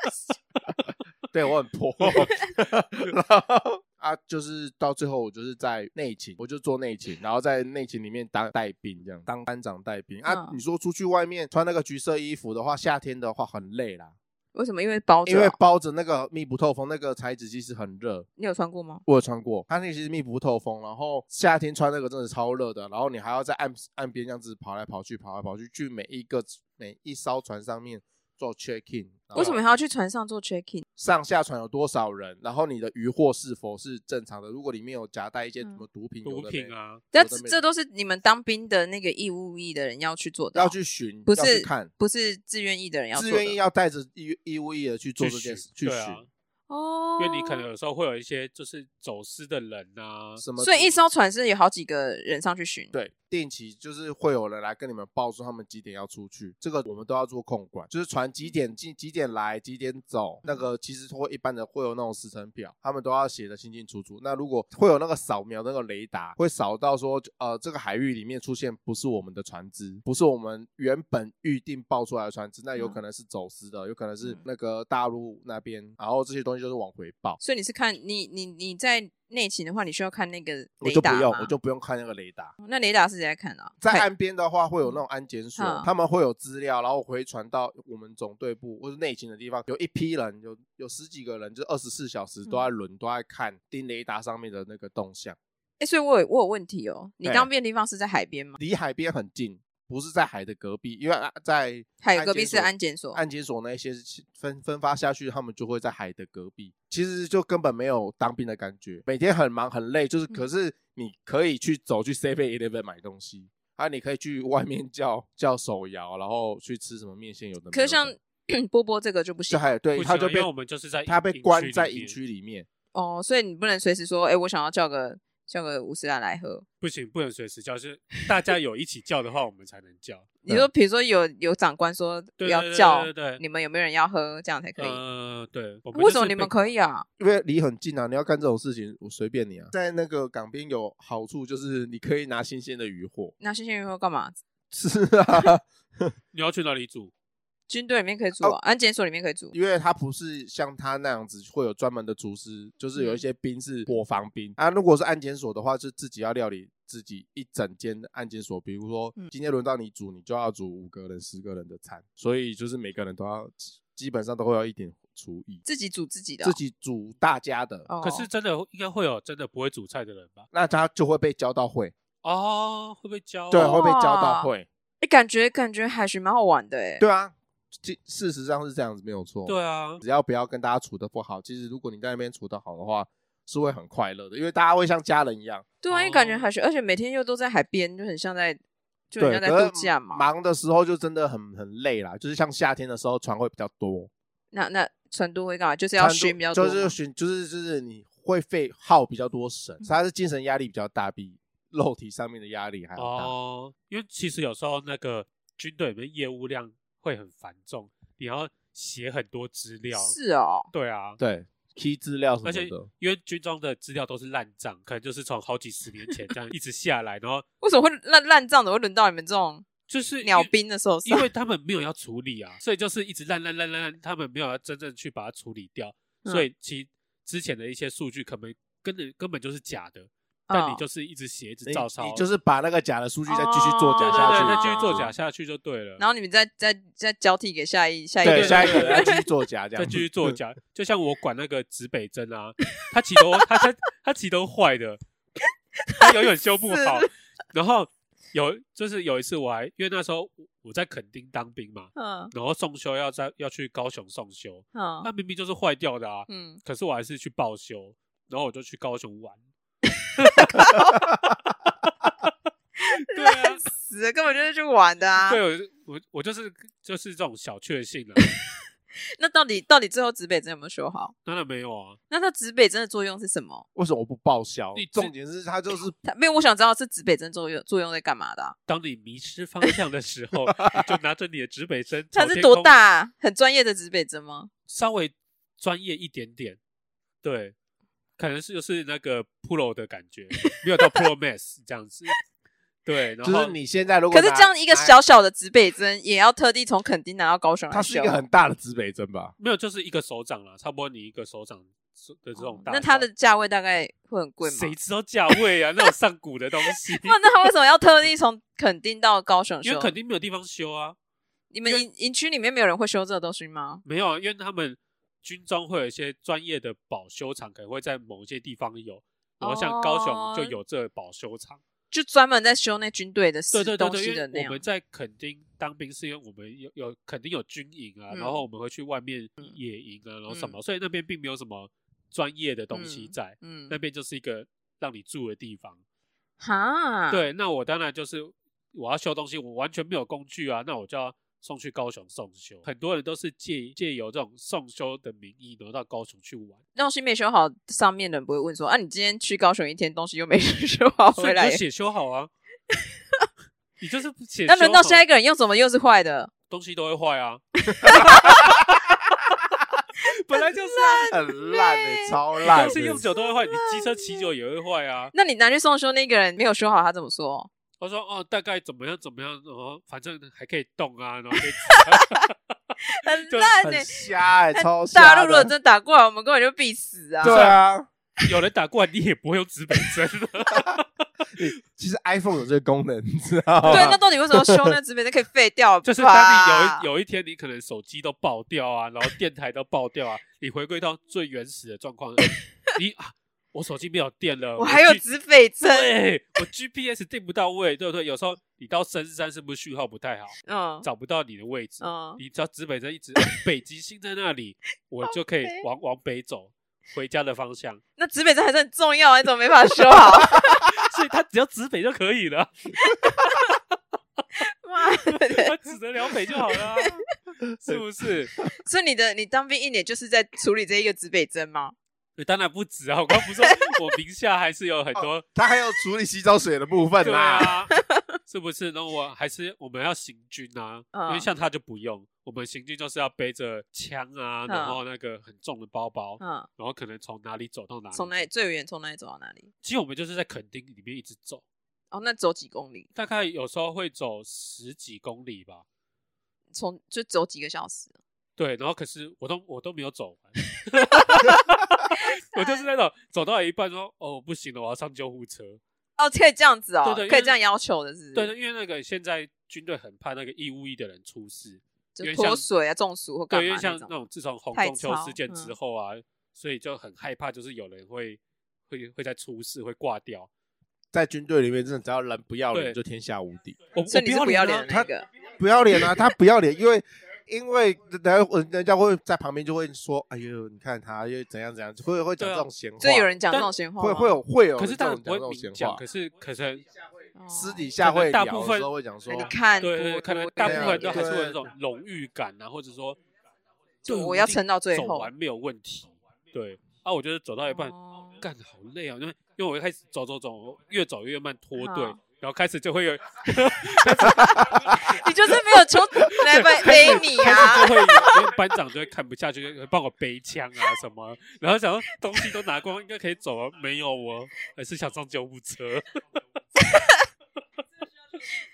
Speaker 1: 对，我很 破。然后啊，就是到最后，我就是在内勤，我就做内勤，然后在内勤里面当带兵，这样当班长带兵啊
Speaker 3: 嗯。
Speaker 1: 你说出去外面穿那个橘色衣服的话，夏天的话很累啦，
Speaker 3: 为什么？因为包
Speaker 1: 因为
Speaker 3: 着啊，
Speaker 1: 包着那个密不透风那个材质，其实很热。
Speaker 3: 你有穿过吗？
Speaker 1: 我有穿过，它那个其实密不透风，然后夏天穿那个真的超热的，然后你还要在岸岸边这样子跑来跑去，跑来跑去，去每一个每一艘船上面做 check in。
Speaker 3: 为什么还要去船上做 check in？
Speaker 1: 上下船有多少人？然后你的渔获是否是正常的？如果里面有夹带一些什
Speaker 3: 嗯
Speaker 1: 么毒品，
Speaker 2: 毒品，啊，
Speaker 3: 但
Speaker 1: 有的没
Speaker 3: 这都是你们当兵的那个义务役的人要去做的哦，
Speaker 1: 要去巡，
Speaker 3: 不
Speaker 1: 要去
Speaker 3: 是
Speaker 1: 看，
Speaker 3: 不是自愿役的人要
Speaker 1: 自
Speaker 3: 做
Speaker 1: 愿意
Speaker 3: 的
Speaker 1: 要带着义义务役的去做这件事，去
Speaker 2: 对
Speaker 1: 巡，
Speaker 2: 啊，
Speaker 3: 哦
Speaker 2: 因为你可能有时候会有一些就是走私的人啊，
Speaker 1: 什么？
Speaker 3: 所以一艘船是有好几个人上去巡，，
Speaker 1: 对，定期就是会有人来跟你们报说他们几点要出去，这个我们都要做控管，就是船几点进、几点来、几点走，那个其实会一般的会有那种时程表，他们都要写的清清楚楚。那如果会有那个扫描那个雷达，会扫到说呃这个海域里面出现不是我们的船只，不是我们原本预定报出来的船只，那有
Speaker 3: 嗯
Speaker 1: 可能是走私的，有可能是
Speaker 3: 嗯
Speaker 1: 那个大陆那边，然后这些东西就是往回报。
Speaker 3: 所以你是看你你你在内勤的话，你需要看那个
Speaker 1: 我
Speaker 3: 雷
Speaker 1: 就不
Speaker 3: 达
Speaker 1: 用，
Speaker 3: 吗
Speaker 1: 我就不用看那个雷达。
Speaker 3: 那雷达是谁在看啊？
Speaker 1: 在
Speaker 3: 快
Speaker 1: 岸边的话，会有那种安检所
Speaker 3: 嗯，
Speaker 1: 他们会有资料，然后回传到我们总队部或者内勤的地方，有一批人，有有十几个人，就二十四小时
Speaker 3: 嗯
Speaker 1: 都在轮，都在看盯雷达上面的那个动向。
Speaker 3: 哎、所以我有我有问题哦。你
Speaker 1: 对
Speaker 3: 当兵的地方是在海边吗？
Speaker 1: 离海边很近，不是在海的隔壁，因为啊在
Speaker 3: 海隔壁是
Speaker 1: 安检所
Speaker 3: 安检所。
Speaker 1: 安检所那些分分发下去，他们就会在海的隔壁，其实就根本没有当兵的感觉，每天很忙很累，就是
Speaker 3: 嗯
Speaker 1: 可是你可以去走去 Seven Eleven 买东西。啊，你可以去外面叫叫手摇，然后去吃什么面线，有的没有的。
Speaker 3: 可是像 波波这个就不
Speaker 1: 就
Speaker 3: 行
Speaker 1: 还有对，
Speaker 2: 不
Speaker 1: 他
Speaker 2: 行
Speaker 1: 就
Speaker 2: 啊因
Speaker 1: 被
Speaker 2: 为我们就是在
Speaker 1: 他被
Speaker 2: 营
Speaker 1: 关
Speaker 2: 区
Speaker 1: 在
Speaker 2: 里
Speaker 1: 营
Speaker 2: 面
Speaker 1: 区里面，
Speaker 3: 哦，所以你不能随时说，哎、我想要叫个叫个五十兰来喝。
Speaker 2: 不行，不能随时叫，是大家有一起叫的话，我们才能叫。
Speaker 3: 你
Speaker 1: 对
Speaker 3: 说，比如说有有长官说不
Speaker 2: 对
Speaker 3: 要
Speaker 2: 对对
Speaker 3: 叫，
Speaker 2: 对对
Speaker 3: 你们有没有人要喝，这样 才可以。
Speaker 2: 呃，对，我
Speaker 3: 为什么
Speaker 2: 就是
Speaker 3: 你们
Speaker 2: 被
Speaker 3: 可以啊？
Speaker 1: 因为离很近啊，你要干这种事情，我随便你啊。在那个港边有好处，就是你可以拿新鲜的鱼货
Speaker 3: 那新鲜鱼货干嘛？
Speaker 1: 吃啊，
Speaker 2: 你要去哪里煮？
Speaker 3: 军队里面可以煮、啊，安检所里面可以煮。
Speaker 1: 因为它不是像它那样子会有专门的厨师，就是
Speaker 3: 嗯
Speaker 1: 有一些兵是伙房兵啊。如果是安检所的话，就自己要料理自己一整间的安检所，比如说
Speaker 3: 嗯
Speaker 1: 今天轮到你煮，你就要煮五个人、十个人的餐，所以就是每个人都要基本上都会有一点厨艺，
Speaker 3: 自己煮自己的
Speaker 1: 自
Speaker 3: 哦、
Speaker 1: 己煮大家的，
Speaker 3: 哦，
Speaker 2: 可是真的应该会有真的不会煮菜的人吧？
Speaker 1: 那他就会被教到会。
Speaker 2: 哦，会不会教？
Speaker 1: 对，
Speaker 3: 哦
Speaker 1: 会被教
Speaker 3: 哇
Speaker 1: 到会。
Speaker 3: 哎、感觉感觉海巡蛮好玩的哎。
Speaker 1: 对啊，其事实上是这样子，没有错。
Speaker 2: 对，啊，
Speaker 1: 只要不要跟大家处的不好，其实如果你在那边处的好的话，是会很快乐的，因为大家会像家人一样。
Speaker 3: 对啊，因为感觉
Speaker 2: 哦
Speaker 3: 海巡，而且每天又都在海边，就很像在就很
Speaker 1: 对，
Speaker 3: 像在
Speaker 1: 可是
Speaker 3: 度假嘛。
Speaker 1: 忙的时候就真的很很累啦，就是像夏天的时候船会比较多，
Speaker 3: 那那船都会干嘛？就是要
Speaker 1: 船就
Speaker 3: 巡比较多嘛，
Speaker 1: 就是巡就是就是你会费耗比较多神，
Speaker 3: 嗯
Speaker 1: 它是精神压力比较大，比肉体上面的压力还要大。
Speaker 2: 哦，因为其实有时候那个军队里面业务量会很繁重，你要写很多资料。
Speaker 3: 是哦，
Speaker 2: 对啊，
Speaker 1: 对，key 资料什么
Speaker 2: 而且
Speaker 1: 的，
Speaker 2: 因为军中的资料都是烂账，可能就是从好几十年前这样一直下来，然后
Speaker 3: 为什么会烂烂账的会轮到你们这种
Speaker 2: 就是因
Speaker 3: 鸟兵的手
Speaker 2: 因
Speaker 3: 上？
Speaker 2: 为他们没有要处理啊，所以就是一直烂烂烂烂烂，他们没有要真正去把它处理掉，
Speaker 3: 嗯
Speaker 2: 所以其之前的一些数据可能根本根本就是假的，但你
Speaker 3: 哦
Speaker 2: 就是一直写一直
Speaker 1: 你
Speaker 2: 照抄，
Speaker 1: 你就是把那个假的数据再继续
Speaker 3: 哦
Speaker 1: 作假
Speaker 2: 对对
Speaker 1: 下去，
Speaker 2: 对，再继续
Speaker 3: 哦
Speaker 2: 做假下去就对了，
Speaker 3: 嗯然后你们再再再交替给下一下一个
Speaker 1: 对，
Speaker 3: 人，
Speaker 1: 下一个
Speaker 2: 对
Speaker 1: 人要继续作假，这样
Speaker 2: 再
Speaker 1: 子
Speaker 2: 继续做假，就像我管那个指北针啊，它其都它它它其都坏的，它永远修不好。然后有就是有一次我还因为那时候我在垦丁当兵嘛，
Speaker 3: 嗯
Speaker 2: 然后送修要在要去高雄送修，那
Speaker 3: 嗯
Speaker 2: 明明就是坏掉的啊，
Speaker 3: 嗯，
Speaker 2: 可是我还是去报修，然后我就去高雄玩。 对啊
Speaker 3: 烂，死了，根本就是去玩的啊。
Speaker 2: 对我就我我就是就是这种小确幸啊，
Speaker 3: 那到底到底最后指北针有没有修好？
Speaker 2: 当然没有啊，
Speaker 3: 那它指北针的作用是什么？
Speaker 1: 为什么不报销
Speaker 2: 你？这
Speaker 1: 重点是他就是
Speaker 3: 它没有，我想知道是指北针作用作用在干嘛的啊、
Speaker 2: 当你迷失方向的时 候，你就拿着你的指北针，
Speaker 3: 它
Speaker 2: 朝
Speaker 3: 是
Speaker 2: 天
Speaker 3: 多
Speaker 2: 空
Speaker 3: 大啊、很专业的指北针吗？
Speaker 2: 稍微专业一点点，对，可能是就是那个 Pro 的感觉，没有到 Pro Max 这样子，对，然
Speaker 1: 就
Speaker 2: 后
Speaker 1: 是你现在如果
Speaker 3: 可是
Speaker 1: 拿
Speaker 3: 这样一个
Speaker 1: 拿
Speaker 3: 小小的指北针，也要特地从垦丁拿到高雄来
Speaker 1: 它是
Speaker 3: 修啊
Speaker 1: 一个。很大的指北针吧？
Speaker 2: 没有就是一个手掌啊啦，差不多你一个手掌的这种
Speaker 3: 哦
Speaker 2: 大小、
Speaker 3: 那它的价位大概会很贵吗？，
Speaker 2: 谁知道价位啊？那种上古的东西
Speaker 3: 不然 那他为什么要特地从垦丁到高雄
Speaker 2: 因
Speaker 3: 修
Speaker 2: 为？肯定没有地方修啊，
Speaker 3: 你们营营区里面没有人会修这个东西吗？
Speaker 2: 没有，啊，因为他们军中会有一些专业的保修厂，可能会在某一些地方有。然后像高雄
Speaker 3: 哦
Speaker 2: 就有这保修厂，
Speaker 3: 就专门在修那军队的
Speaker 2: 对
Speaker 3: 死
Speaker 2: 对对
Speaker 3: 东
Speaker 2: 对，
Speaker 3: 西
Speaker 2: 因
Speaker 3: 的那
Speaker 2: 为我
Speaker 3: 样
Speaker 2: 们。在垦丁当兵，是因为我们有有垦丁有军营啊，
Speaker 3: 嗯
Speaker 2: 然后我们会去外面野营啊，然后什么，所以那边并没有什么专业的东西在，
Speaker 3: 嗯
Speaker 2: 那，边就是一个让你住的地方。
Speaker 3: 哈，，
Speaker 2: 对，那我当然就是我要修东西，我完全没有工具啊，那我就要送去高雄送修。很多人都是借借由这种送修的名义，然后到高雄去玩，
Speaker 3: 东西没修好，上面的人不会问说啊，你今天去高雄一天，东西又没 修好
Speaker 2: 所以
Speaker 3: 回
Speaker 2: 你
Speaker 3: 来
Speaker 2: 就。写修好 啊。你就是不写修
Speaker 3: 那
Speaker 2: 好，
Speaker 3: 轮到下一个人用什么又是坏的？
Speaker 2: 东西都会坏啊。本来就是啊，
Speaker 1: 很烂欸超烂
Speaker 2: 东
Speaker 1: 的，
Speaker 2: 西用久都会坏，你机车骑久也会坏啊。
Speaker 3: 那你拿去送修那个人没有修好，他怎么说？
Speaker 2: 哦他说哦，大概怎么样怎么样，然后反正还可以动啊，然后可以
Speaker 3: 很
Speaker 2: 就
Speaker 3: 烂呢、
Speaker 1: 很瞎哎、
Speaker 3: 但
Speaker 1: 超瞎的。
Speaker 3: 大陆如果真打过来，我们根本就必死啊！
Speaker 1: 对 啊，
Speaker 2: 有人打过来，你也不会用指北针 了。
Speaker 1: 其实 iPhone 有这个功能，你知道吗？
Speaker 3: 对，那到底为什么修那指北针可以废掉？
Speaker 2: 就是当你有一有一天你可能手机都爆掉啊，然后电台都爆掉啊，你回归到最原始的状 况，你啊，我手机没有电了，
Speaker 3: 我还有
Speaker 2: G-
Speaker 3: 指北针，
Speaker 2: 对，我 GPS 定不到位，对不对？有时候你到深山是不是讯号不太好，
Speaker 3: 嗯
Speaker 2: 找不到你的位置？
Speaker 3: 嗯，
Speaker 2: 你只要指北针一 直北极星在那里，我就可以
Speaker 3: 北
Speaker 2: 往往北走，回家的方 向。
Speaker 3: 那指北针还是很重要，你怎么没法修 好？
Speaker 2: 所以他只要指北就可以了，
Speaker 3: 妈的！
Speaker 2: 他指得了北就好 了啊，是不是？
Speaker 3: 所以你的你当兵一年就是在处理这一个指北针吗？
Speaker 2: 对当然不止啊！我刚不是说 我名下还是有很多、
Speaker 1: 它还有处理洗澡水的部分
Speaker 2: 对
Speaker 1: 啦。
Speaker 2: 啊，是不是？那我还是我们要行军啊，
Speaker 3: 嗯
Speaker 2: 因为像他就不用，我们行军就是要背着枪啊，
Speaker 3: 嗯
Speaker 2: 然后那个很重的包包，
Speaker 3: 嗯，
Speaker 2: 然后可能从哪里走到哪里。
Speaker 3: 从哪里？最远从哪里走到哪里？
Speaker 2: 其实我们就是在垦丁里面一直走，
Speaker 3: 哦，那走几公里？
Speaker 2: 大概有时候会走十几公里吧。
Speaker 3: 从就走几个小时？
Speaker 2: 对，然后可是我都我都没有走 完，我就是那种走到一半说哦不行了，我要上救护车。
Speaker 3: 哦，可以这样子哦，
Speaker 2: 对对因为
Speaker 3: 可以这样要求的是不是？
Speaker 2: 对对，因为那个现在军队很怕那个义务役的人出事，因为
Speaker 3: 就
Speaker 2: 像
Speaker 3: 脱水啊、中暑或干
Speaker 2: 对，因
Speaker 3: 嘛
Speaker 2: 为像
Speaker 3: 种
Speaker 2: 那。种自从红
Speaker 3: 太
Speaker 2: 中秋
Speaker 3: 吵
Speaker 2: 事件之
Speaker 3: 嗯
Speaker 2: 后啊，所以就很害怕，就是有人会会会在出事，会挂掉。
Speaker 1: 在军队里面，真的只要人不要脸，
Speaker 2: 对
Speaker 1: 就天下无敌。
Speaker 2: 我
Speaker 3: 所
Speaker 2: 我
Speaker 3: 以你是不要脸的
Speaker 2: 他
Speaker 3: 那个，
Speaker 1: 不要脸啊，他不要脸，因为因为人家人家会在旁边就会说：“哎呦，你看他又怎样怎样，会会讲
Speaker 2: 对啊
Speaker 1: 这种闲话。”
Speaker 3: 所以有人讲这
Speaker 2: 但
Speaker 3: 种闲话
Speaker 1: 会
Speaker 3: 吗，
Speaker 1: 会有会有
Speaker 2: 可
Speaker 1: 人
Speaker 2: 是
Speaker 1: 这种
Speaker 2: 当然
Speaker 1: 讲
Speaker 2: 不
Speaker 1: 这
Speaker 2: 会
Speaker 1: 种
Speaker 2: 明
Speaker 1: 闲
Speaker 2: 讲，
Speaker 1: 话
Speaker 2: 可，是可是
Speaker 3: 哦
Speaker 1: 私底下会
Speaker 2: 大
Speaker 1: 聊
Speaker 2: 部
Speaker 1: 的
Speaker 2: 分
Speaker 1: 时候会讲说
Speaker 3: 哎你看，
Speaker 2: 对对，
Speaker 3: 我
Speaker 2: 可能
Speaker 3: 我
Speaker 2: 大
Speaker 3: 我
Speaker 2: 部分人都还是会有
Speaker 1: 对
Speaker 2: 那种荣誉感啊，或者说
Speaker 3: 就
Speaker 2: 对
Speaker 3: 我
Speaker 2: 一
Speaker 3: 要
Speaker 2: 定
Speaker 3: 撑到最
Speaker 2: 走
Speaker 3: 后
Speaker 2: 完没有问题。对啊，我觉得走到一半，
Speaker 3: 哦
Speaker 2: 干好累啊，因为因为我一开始走走走，我越走越慢脱队
Speaker 3: 嗯，
Speaker 2: 然后开始就会有
Speaker 3: 你就是没有 求来背背你
Speaker 2: 开
Speaker 3: 啊
Speaker 2: 始！就会有班长就会看不下去，就会帮我背枪啊什么，然后想说东西都拿光，应该可以走了，没有我还是想上救护车，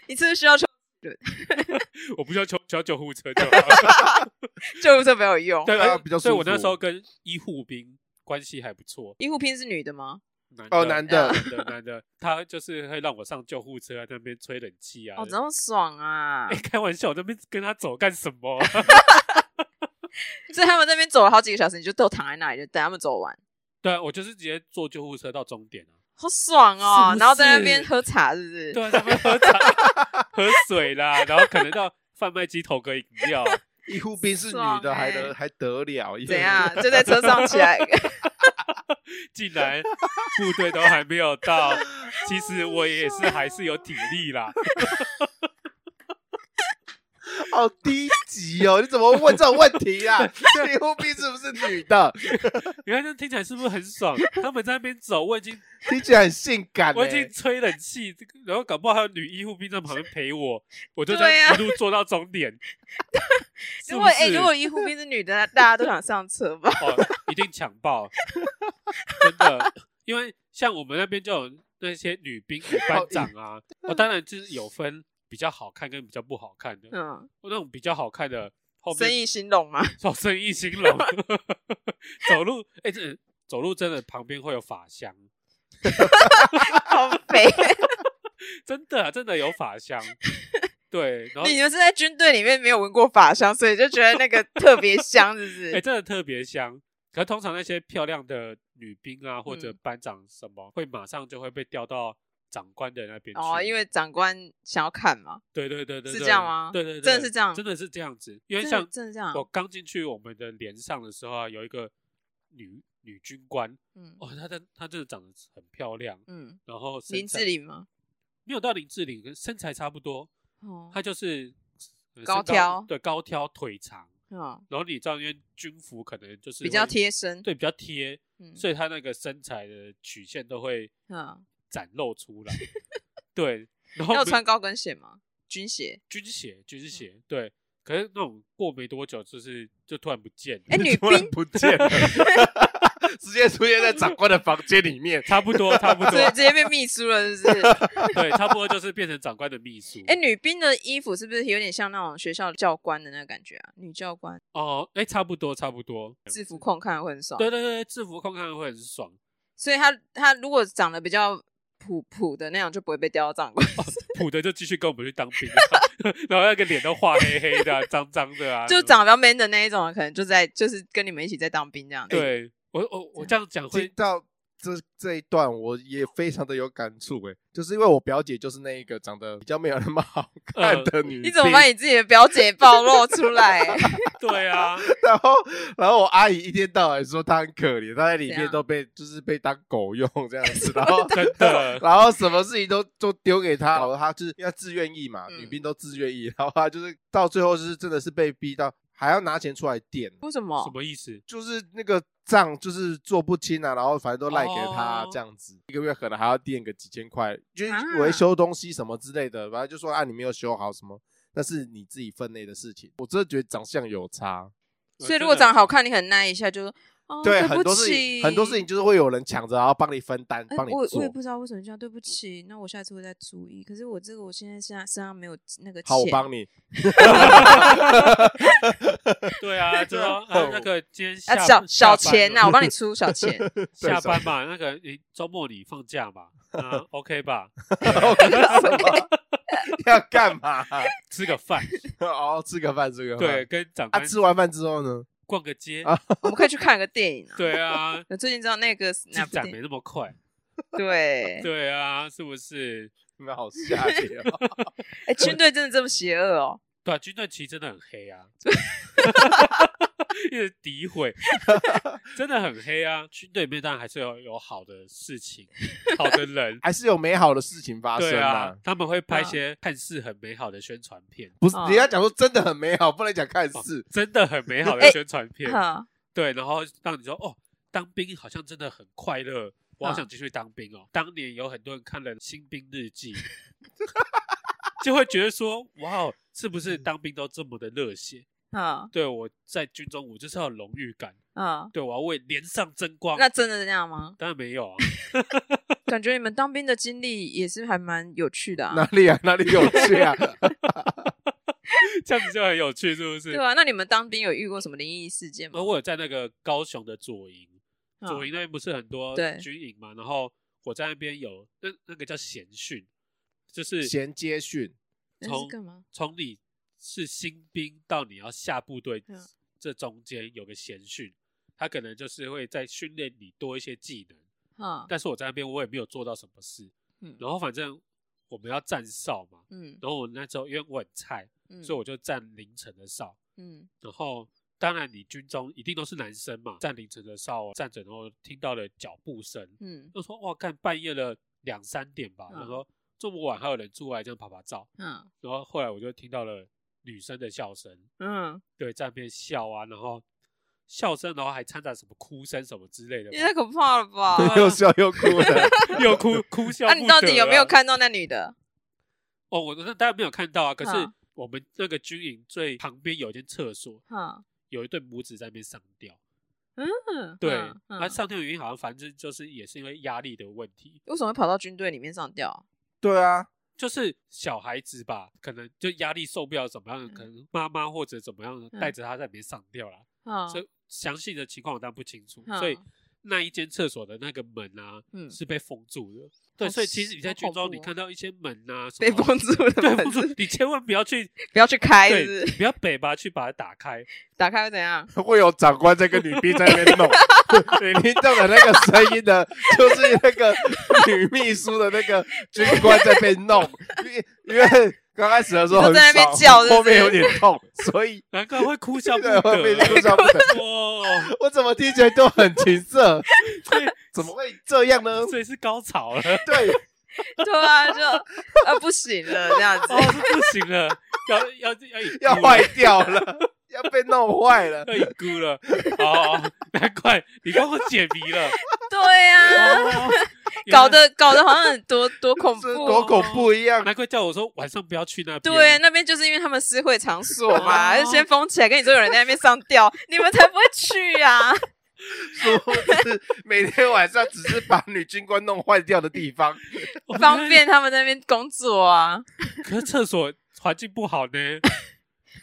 Speaker 3: 你是不是需要求
Speaker 2: 我不需要求求救护车就好。
Speaker 3: 救护车没有 用？
Speaker 2: 对，
Speaker 1: 这样
Speaker 2: 而
Speaker 1: 比较舒服
Speaker 2: 所以我那时候跟医护兵关系还不错，
Speaker 3: 医护兵是女的吗？
Speaker 2: 男的
Speaker 1: 哦， 男的
Speaker 2: 男的男的，他就是会让我上救护车，在那边吹冷气啊
Speaker 3: 哦，。怎么爽啊
Speaker 2: 哎、！开玩笑，我这边跟他走干什么？啊
Speaker 3: 所以他们那边走了好几个小时，你就都躺在那里，就等他们走完，
Speaker 2: 对啊，我就是直接坐救护车到终点啊。
Speaker 3: 好爽哦
Speaker 2: 是！不
Speaker 3: 然后在那边
Speaker 2: 是
Speaker 3: 喝茶，是不是？
Speaker 2: 对啊，他们喝茶、喝水啦，然后可能到贩卖机投个饮料，
Speaker 1: 医哎护兵是女
Speaker 3: 爽
Speaker 1: 的，还
Speaker 3: 欸
Speaker 1: 得还得了？
Speaker 3: 怎样？ 就在车上起 来，
Speaker 2: 竟然部队都还没有到，其实我也是还是有体力啦。
Speaker 1: 好低级哦！你怎么会问这种问题 啊？医护兵是不是女的？
Speaker 2: 你看这听起来是不是很爽？他们在那边走，我已经
Speaker 1: 听起来很性感
Speaker 2: 我已经
Speaker 1: 欸。
Speaker 2: 吹冷气，这个然后搞不好还有女医护兵在旁边陪我，我就这
Speaker 3: 对
Speaker 2: 样
Speaker 3: 啊
Speaker 2: 一路坐到终 点。是不
Speaker 3: 如果哎、
Speaker 2: 是
Speaker 3: 如果医护兵是女的，那大家都想上车吧？
Speaker 2: 哦，一定抢爆，真的，因为像我们那边就有那些女兵、女班长啊，
Speaker 3: 嗯
Speaker 2: 哦，当然就是有分比较好看跟比较不好看的，
Speaker 3: 嗯，
Speaker 2: 那种比较好看的后
Speaker 3: 生
Speaker 2: 面
Speaker 3: 意兴隆嘛。
Speaker 2: 走生意兴隆， 走路哎、这走路真的旁边会有法香，
Speaker 3: 好 肥！
Speaker 2: 真的、啊、真的有法 香，对，然后
Speaker 3: 你们是在军队里面没有闻过法香，所以就觉得那个特别香，是不
Speaker 2: 哎、
Speaker 3: 是？
Speaker 2: 真的特别香。可通常那些漂亮的女兵啊，或
Speaker 3: 嗯
Speaker 2: 者班长什么，会马上就会被调到长官的那边去。
Speaker 3: 哦，因为长官想要看嘛，
Speaker 2: 对对对对，
Speaker 3: 是
Speaker 2: 对
Speaker 3: 这样吗
Speaker 2: 对对对，
Speaker 3: 真的是这样
Speaker 2: 真的是这样子。因为
Speaker 3: 真的
Speaker 2: 像
Speaker 3: 真的这样。
Speaker 2: 我刚进去我们的连上的时候啊，有一个女女军官，
Speaker 3: 嗯
Speaker 2: 哦，她真她真的长得很漂亮，
Speaker 3: 嗯，
Speaker 2: 然后身
Speaker 3: 林
Speaker 2: 材
Speaker 3: 志玲吗？
Speaker 2: 没有到林志玲，跟身材差不多，
Speaker 3: 哦，
Speaker 2: 她就是、呃
Speaker 3: 高
Speaker 2: 身
Speaker 3: 挑
Speaker 2: 对高挑腿长，
Speaker 3: 嗯
Speaker 2: 然后你知道因为军服可能就是
Speaker 3: 比较
Speaker 2: 会，
Speaker 3: 贴身。
Speaker 2: 对比较贴，
Speaker 3: 嗯，
Speaker 2: 所以她那个身材的曲线都会
Speaker 3: 嗯，
Speaker 2: 展露出 来，对，然后
Speaker 3: 要
Speaker 2: 没
Speaker 3: 穿嗯高跟鞋吗？军鞋？
Speaker 2: 军鞋军鞋，对。可是那种过没多久，就是就突然不见了。
Speaker 3: 哎，女
Speaker 1: 突然
Speaker 3: 兵
Speaker 1: 不见了，直接出现在长官的房间里面。
Speaker 2: 差不多，差不
Speaker 3: 所以
Speaker 1: 啊
Speaker 2: 多，
Speaker 3: 直接变秘书了，是不是？
Speaker 2: 对，差不多就是变成长官的秘书。
Speaker 3: 哎、女兵的衣服是不是有点像那种学校教官的那个感觉啊？女教官
Speaker 2: 哦，哎，差不多，差不多。
Speaker 3: 制服啊控看了会很爽。
Speaker 2: 对对对，制服控看了会很爽。
Speaker 3: 所以她她如果长得比较普普的那种，就不会被调到长官，
Speaker 2: 普的就继续跟我们去当兵，啊 然后那个脸都画黑黑的啊、脏脏的啊，
Speaker 3: 就长得比较 man 的那一种，可能就在就是跟你们一起在当兵这样。，
Speaker 2: 对我我 我这样讲
Speaker 1: 听
Speaker 2: 会
Speaker 1: 到这这一段，我也非常的有感触诶，就是因为我表姐就是那一个长得比较没有那么好看
Speaker 2: 嗯
Speaker 1: 的女、兵。
Speaker 3: 你怎么把你自己的表姐暴露出 来、
Speaker 2: 对啊，
Speaker 1: 然后，然后我阿姨一天到晚说她很可怜，她在里
Speaker 3: 怎
Speaker 1: 面
Speaker 3: 样
Speaker 1: 都被就是被当狗用这样 子，然后
Speaker 2: 真的
Speaker 1: 然后什么事情都都丢给她，然后她就是因为她自愿意嘛，
Speaker 3: 嗯
Speaker 1: 女兵都自愿意，然后她就是到最后就是真的是被逼到还要拿钱出来垫，
Speaker 3: 为什么
Speaker 2: 什？么意思？
Speaker 1: 就是那个账就是做不清啊，然后反正都赖给她
Speaker 2: 哦
Speaker 1: 这样子，一个月可能还要垫个几千块，就是
Speaker 3: 啊
Speaker 1: 维修东西什么之类的，反正就说啊你没有修好什么。那是你自己分内的事情，我真的觉得长相有差。
Speaker 3: 所以如果
Speaker 2: 真的
Speaker 3: 长得好，看，你可能耐一下就说哦，
Speaker 1: 对，
Speaker 3: 不
Speaker 1: 很多事
Speaker 3: 起
Speaker 1: 情很多事情就是会有人抢着，然后帮你分担，
Speaker 3: 哎
Speaker 1: 帮你
Speaker 3: 我
Speaker 1: 做
Speaker 3: 我也。不知道为什么这样，对不起，那我下次会再注意。可是我这个我现在身上身上没有那个钱，
Speaker 1: 好，我帮你。
Speaker 2: 对 啊，就说啊那个今天下
Speaker 3: 啊小
Speaker 2: 下
Speaker 3: 小
Speaker 2: 班
Speaker 3: 钱呐、
Speaker 2: 了
Speaker 3: 我帮你出小钱。
Speaker 2: 下班嘛，那个你周末你放假 嘛，啊 OK 吧，
Speaker 1: 我跟你说 要干嘛？
Speaker 2: 吃个 饭，
Speaker 1: 哦，吃个饭，吃个饭。
Speaker 2: 对，，跟长
Speaker 1: 啊，
Speaker 2: 官
Speaker 1: 吃完饭之后呢？
Speaker 2: 逛个街，
Speaker 1: 啊
Speaker 3: 我们可以去看个电影啊。
Speaker 2: 对啊，
Speaker 3: 我最近知道 那个是
Speaker 2: 进
Speaker 3: 哪部
Speaker 2: 展
Speaker 3: 电
Speaker 2: 没
Speaker 3: 影？
Speaker 2: 那么快，
Speaker 3: 对，
Speaker 2: 对啊，是不是？
Speaker 1: 你们好下流哦。
Speaker 3: 哎，军队真的这么邪恶哦？
Speaker 2: 对啊，军队其实真的很黑 啊，一直诋毁，真的很黑啊。军队里面当然还是有有好的事情，好的 人
Speaker 1: ，还是有美好的事情发
Speaker 2: 对
Speaker 1: 生
Speaker 2: 啊
Speaker 1: 啊。，
Speaker 2: 他们会拍一
Speaker 3: 啊
Speaker 2: 些看似很美好的宣传片，
Speaker 1: 不是，
Speaker 3: 嗯
Speaker 1: 你要讲说真的很美好，不能讲看
Speaker 2: 哦
Speaker 1: 似。
Speaker 2: 真的很美好的
Speaker 3: 哎
Speaker 2: 宣传片，
Speaker 3: 哈，
Speaker 2: 对，然后让你说哦，当兵好像真的很快乐，我好
Speaker 3: 啊
Speaker 2: 想继续当兵哦。当年有很多人看了《新兵日 记》，就会觉得说，哇哦，是不
Speaker 3: 嗯
Speaker 2: 是当兵都这么的热血？
Speaker 3: 哈，
Speaker 2: 对我在军中，我就是要有荣誉感，
Speaker 3: 啊，
Speaker 2: 对我要为连上争光。
Speaker 3: 那真的是那样吗？
Speaker 2: 当然没有啊，
Speaker 3: 感觉你们当兵的经历也是还蛮有趣的
Speaker 1: 哪
Speaker 3: 啊。
Speaker 1: 里啊？哪里有趣啊？
Speaker 2: 这样子就很有趣，是不是？
Speaker 3: 对啊，那你们当兵有遇过什么灵异事件
Speaker 2: 而
Speaker 3: 吗？
Speaker 2: 我有在那个高雄的左营，
Speaker 3: 嗯
Speaker 2: 左营那边不是很多
Speaker 3: 对
Speaker 2: 军营嘛，然后我在那边有那那个叫闲训，就是
Speaker 1: 衔接训，
Speaker 3: 那是
Speaker 2: 从
Speaker 3: 干嘛？
Speaker 2: 从你是新兵到你要下部队
Speaker 3: 嗯，
Speaker 2: 这中间有个闲训，他可能就是会在训练你多一些技能。
Speaker 3: 哈，
Speaker 2: 但是我在那边我也没有做到什么事，
Speaker 3: 嗯
Speaker 2: 然后反正我们要站哨嘛，
Speaker 3: 嗯
Speaker 2: 然后我那时候因为我很菜，
Speaker 3: 嗯，
Speaker 2: 所以我就站凌晨的哨，
Speaker 3: 嗯
Speaker 2: 然后。当然，你军中一定都是男生嘛，站凌晨的哨，哦站着然后听到了脚步声，
Speaker 3: 嗯
Speaker 2: 就说哇，干半夜了两三点吧，
Speaker 3: 嗯
Speaker 2: 然后这么晚还有人出来这样爬爬照，
Speaker 3: 嗯
Speaker 2: 然后后来我就听到了女生的笑声，
Speaker 3: 嗯，
Speaker 2: 对，在那边笑啊，然后笑声，然后还掺杂什么哭声什么之类的吧，
Speaker 3: 也太可怕了吧！
Speaker 1: 又笑又哭的。
Speaker 2: 又哭哭笑
Speaker 3: 那
Speaker 2: 不得啊。
Speaker 3: 你到底有没有？看到那女的？
Speaker 2: 哦，我那当然没有看到啊。可是
Speaker 3: 嗯
Speaker 2: 我们那个军营最旁边有一间厕所，
Speaker 3: 哈，
Speaker 2: 有一对母子在那边上吊。
Speaker 3: 嗯，
Speaker 2: 对，
Speaker 3: 嗯
Speaker 2: 那、上吊原因好像反正就是也是因为压力的问题，
Speaker 3: 为什么会跑到军队里面上吊？
Speaker 1: 对啊，
Speaker 2: 就是小孩子吧，可能就压力受不了怎么样，可能妈妈或者怎么样
Speaker 3: 嗯
Speaker 2: 带着他在里面上吊啦。
Speaker 3: 啊，
Speaker 2: 所以详细的情况我当然不清楚，
Speaker 3: 嗯
Speaker 2: 所以那一间厕所的那个门啊，
Speaker 3: 嗯
Speaker 2: 是被封住的。对，所以其实你在
Speaker 3: 好
Speaker 2: 军
Speaker 3: 恐
Speaker 2: 中，
Speaker 3: 怖
Speaker 2: 你
Speaker 3: 哦
Speaker 2: 看到一些门 啊，什
Speaker 3: 被
Speaker 2: 么
Speaker 3: 封住了
Speaker 2: 对
Speaker 3: 门，
Speaker 2: 封住，你千万不要 去，
Speaker 3: 不要去开，
Speaker 2: 对
Speaker 3: 是不是，
Speaker 2: 不要北吧，去把它打开。
Speaker 3: 打开会怎样？
Speaker 1: 会有长官在跟女兵在那边 弄，你听到的那个声音呢，就是那个女秘书的那个军官在被弄，因因为刚开始的时候很
Speaker 3: 你说在那边
Speaker 1: 爽
Speaker 3: 叫是不是
Speaker 1: 后面有点痛，所以
Speaker 2: 难怪会哭 笑不
Speaker 1: 对后面
Speaker 2: 得。
Speaker 1: 就叫不得。
Speaker 2: 哇，
Speaker 1: 我怎么听起来都很情色，怎么会这样呢？
Speaker 2: 所以是高潮 了，
Speaker 1: 对，
Speaker 3: 对啊，就啊不行了这样子
Speaker 2: 哦，，不行了，要要要引
Speaker 1: 要
Speaker 2: 哭了
Speaker 1: 坏掉了，要被弄坏了。
Speaker 2: 要引哭了。哦，难怪你帮我解谜了。
Speaker 3: 对啊，
Speaker 2: 哦
Speaker 3: 搞得搞得好像很多多恐
Speaker 1: 是
Speaker 3: 怖
Speaker 1: 狗
Speaker 3: 哦。
Speaker 1: 狗不一样，
Speaker 2: 难怪叫我说晚上不要去那边。
Speaker 3: 对，那边就是因为他们是会场所嘛，
Speaker 2: 哦
Speaker 3: 就先封起来，跟你说有人在那边上吊，你们才不会去啊！
Speaker 1: 殊不知每天晚上只是把女军官弄坏掉的地方。
Speaker 2: 我们
Speaker 3: 方便他们在那边工 作啊，
Speaker 2: 可是厕所环境不好呢。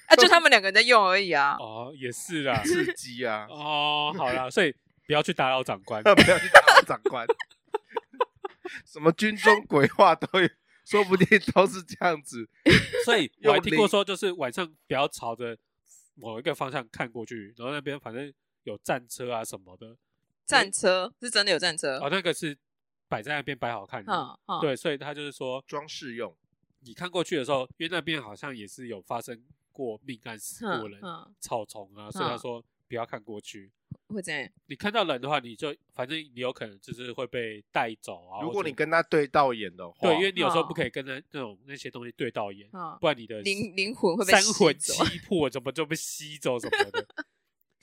Speaker 3: 啊，就他们两个人在用而已啊。
Speaker 2: 哦，也是啦。！
Speaker 1: 刺激啊
Speaker 2: 哦，好啦，所以不要去打扰长 官。
Speaker 1: 不要去打扰长官。什么军中鬼话都有，说不定都是这样子。
Speaker 2: 所以我还
Speaker 1: 用
Speaker 2: 听过
Speaker 1: 力
Speaker 2: 说，就是晚上不要朝着某一个方向看过去，然后那边反正有战车啊什么的。
Speaker 3: 战车是真的有战车，
Speaker 2: 哦，那个是摆在那边摆好看的。
Speaker 3: 嗯嗯，
Speaker 2: 对，所以他就是说，
Speaker 1: 装饰用，
Speaker 2: 你看过去的时候，因为那边好像也是有发生过命案死
Speaker 3: 嗯，
Speaker 2: 过人、
Speaker 3: 嗯，
Speaker 2: 草丛啊，所以
Speaker 1: 嗯
Speaker 2: 他说不要看过去。
Speaker 3: 会这样。
Speaker 2: 你看到人的话，你就反正你有可能就是会被带走啊。
Speaker 1: 如
Speaker 2: 或
Speaker 1: 果
Speaker 2: 者
Speaker 1: 你跟他对到眼的话，
Speaker 2: 对，因为你有时候
Speaker 3: 嗯
Speaker 2: 不可以跟那那种那些东西对到眼，
Speaker 3: 嗯，
Speaker 2: 不然你的
Speaker 3: 灵灵魂会被
Speaker 2: 三
Speaker 3: 吸
Speaker 2: 魂
Speaker 3: 走
Speaker 2: 七魄怎么就被吸走什么的。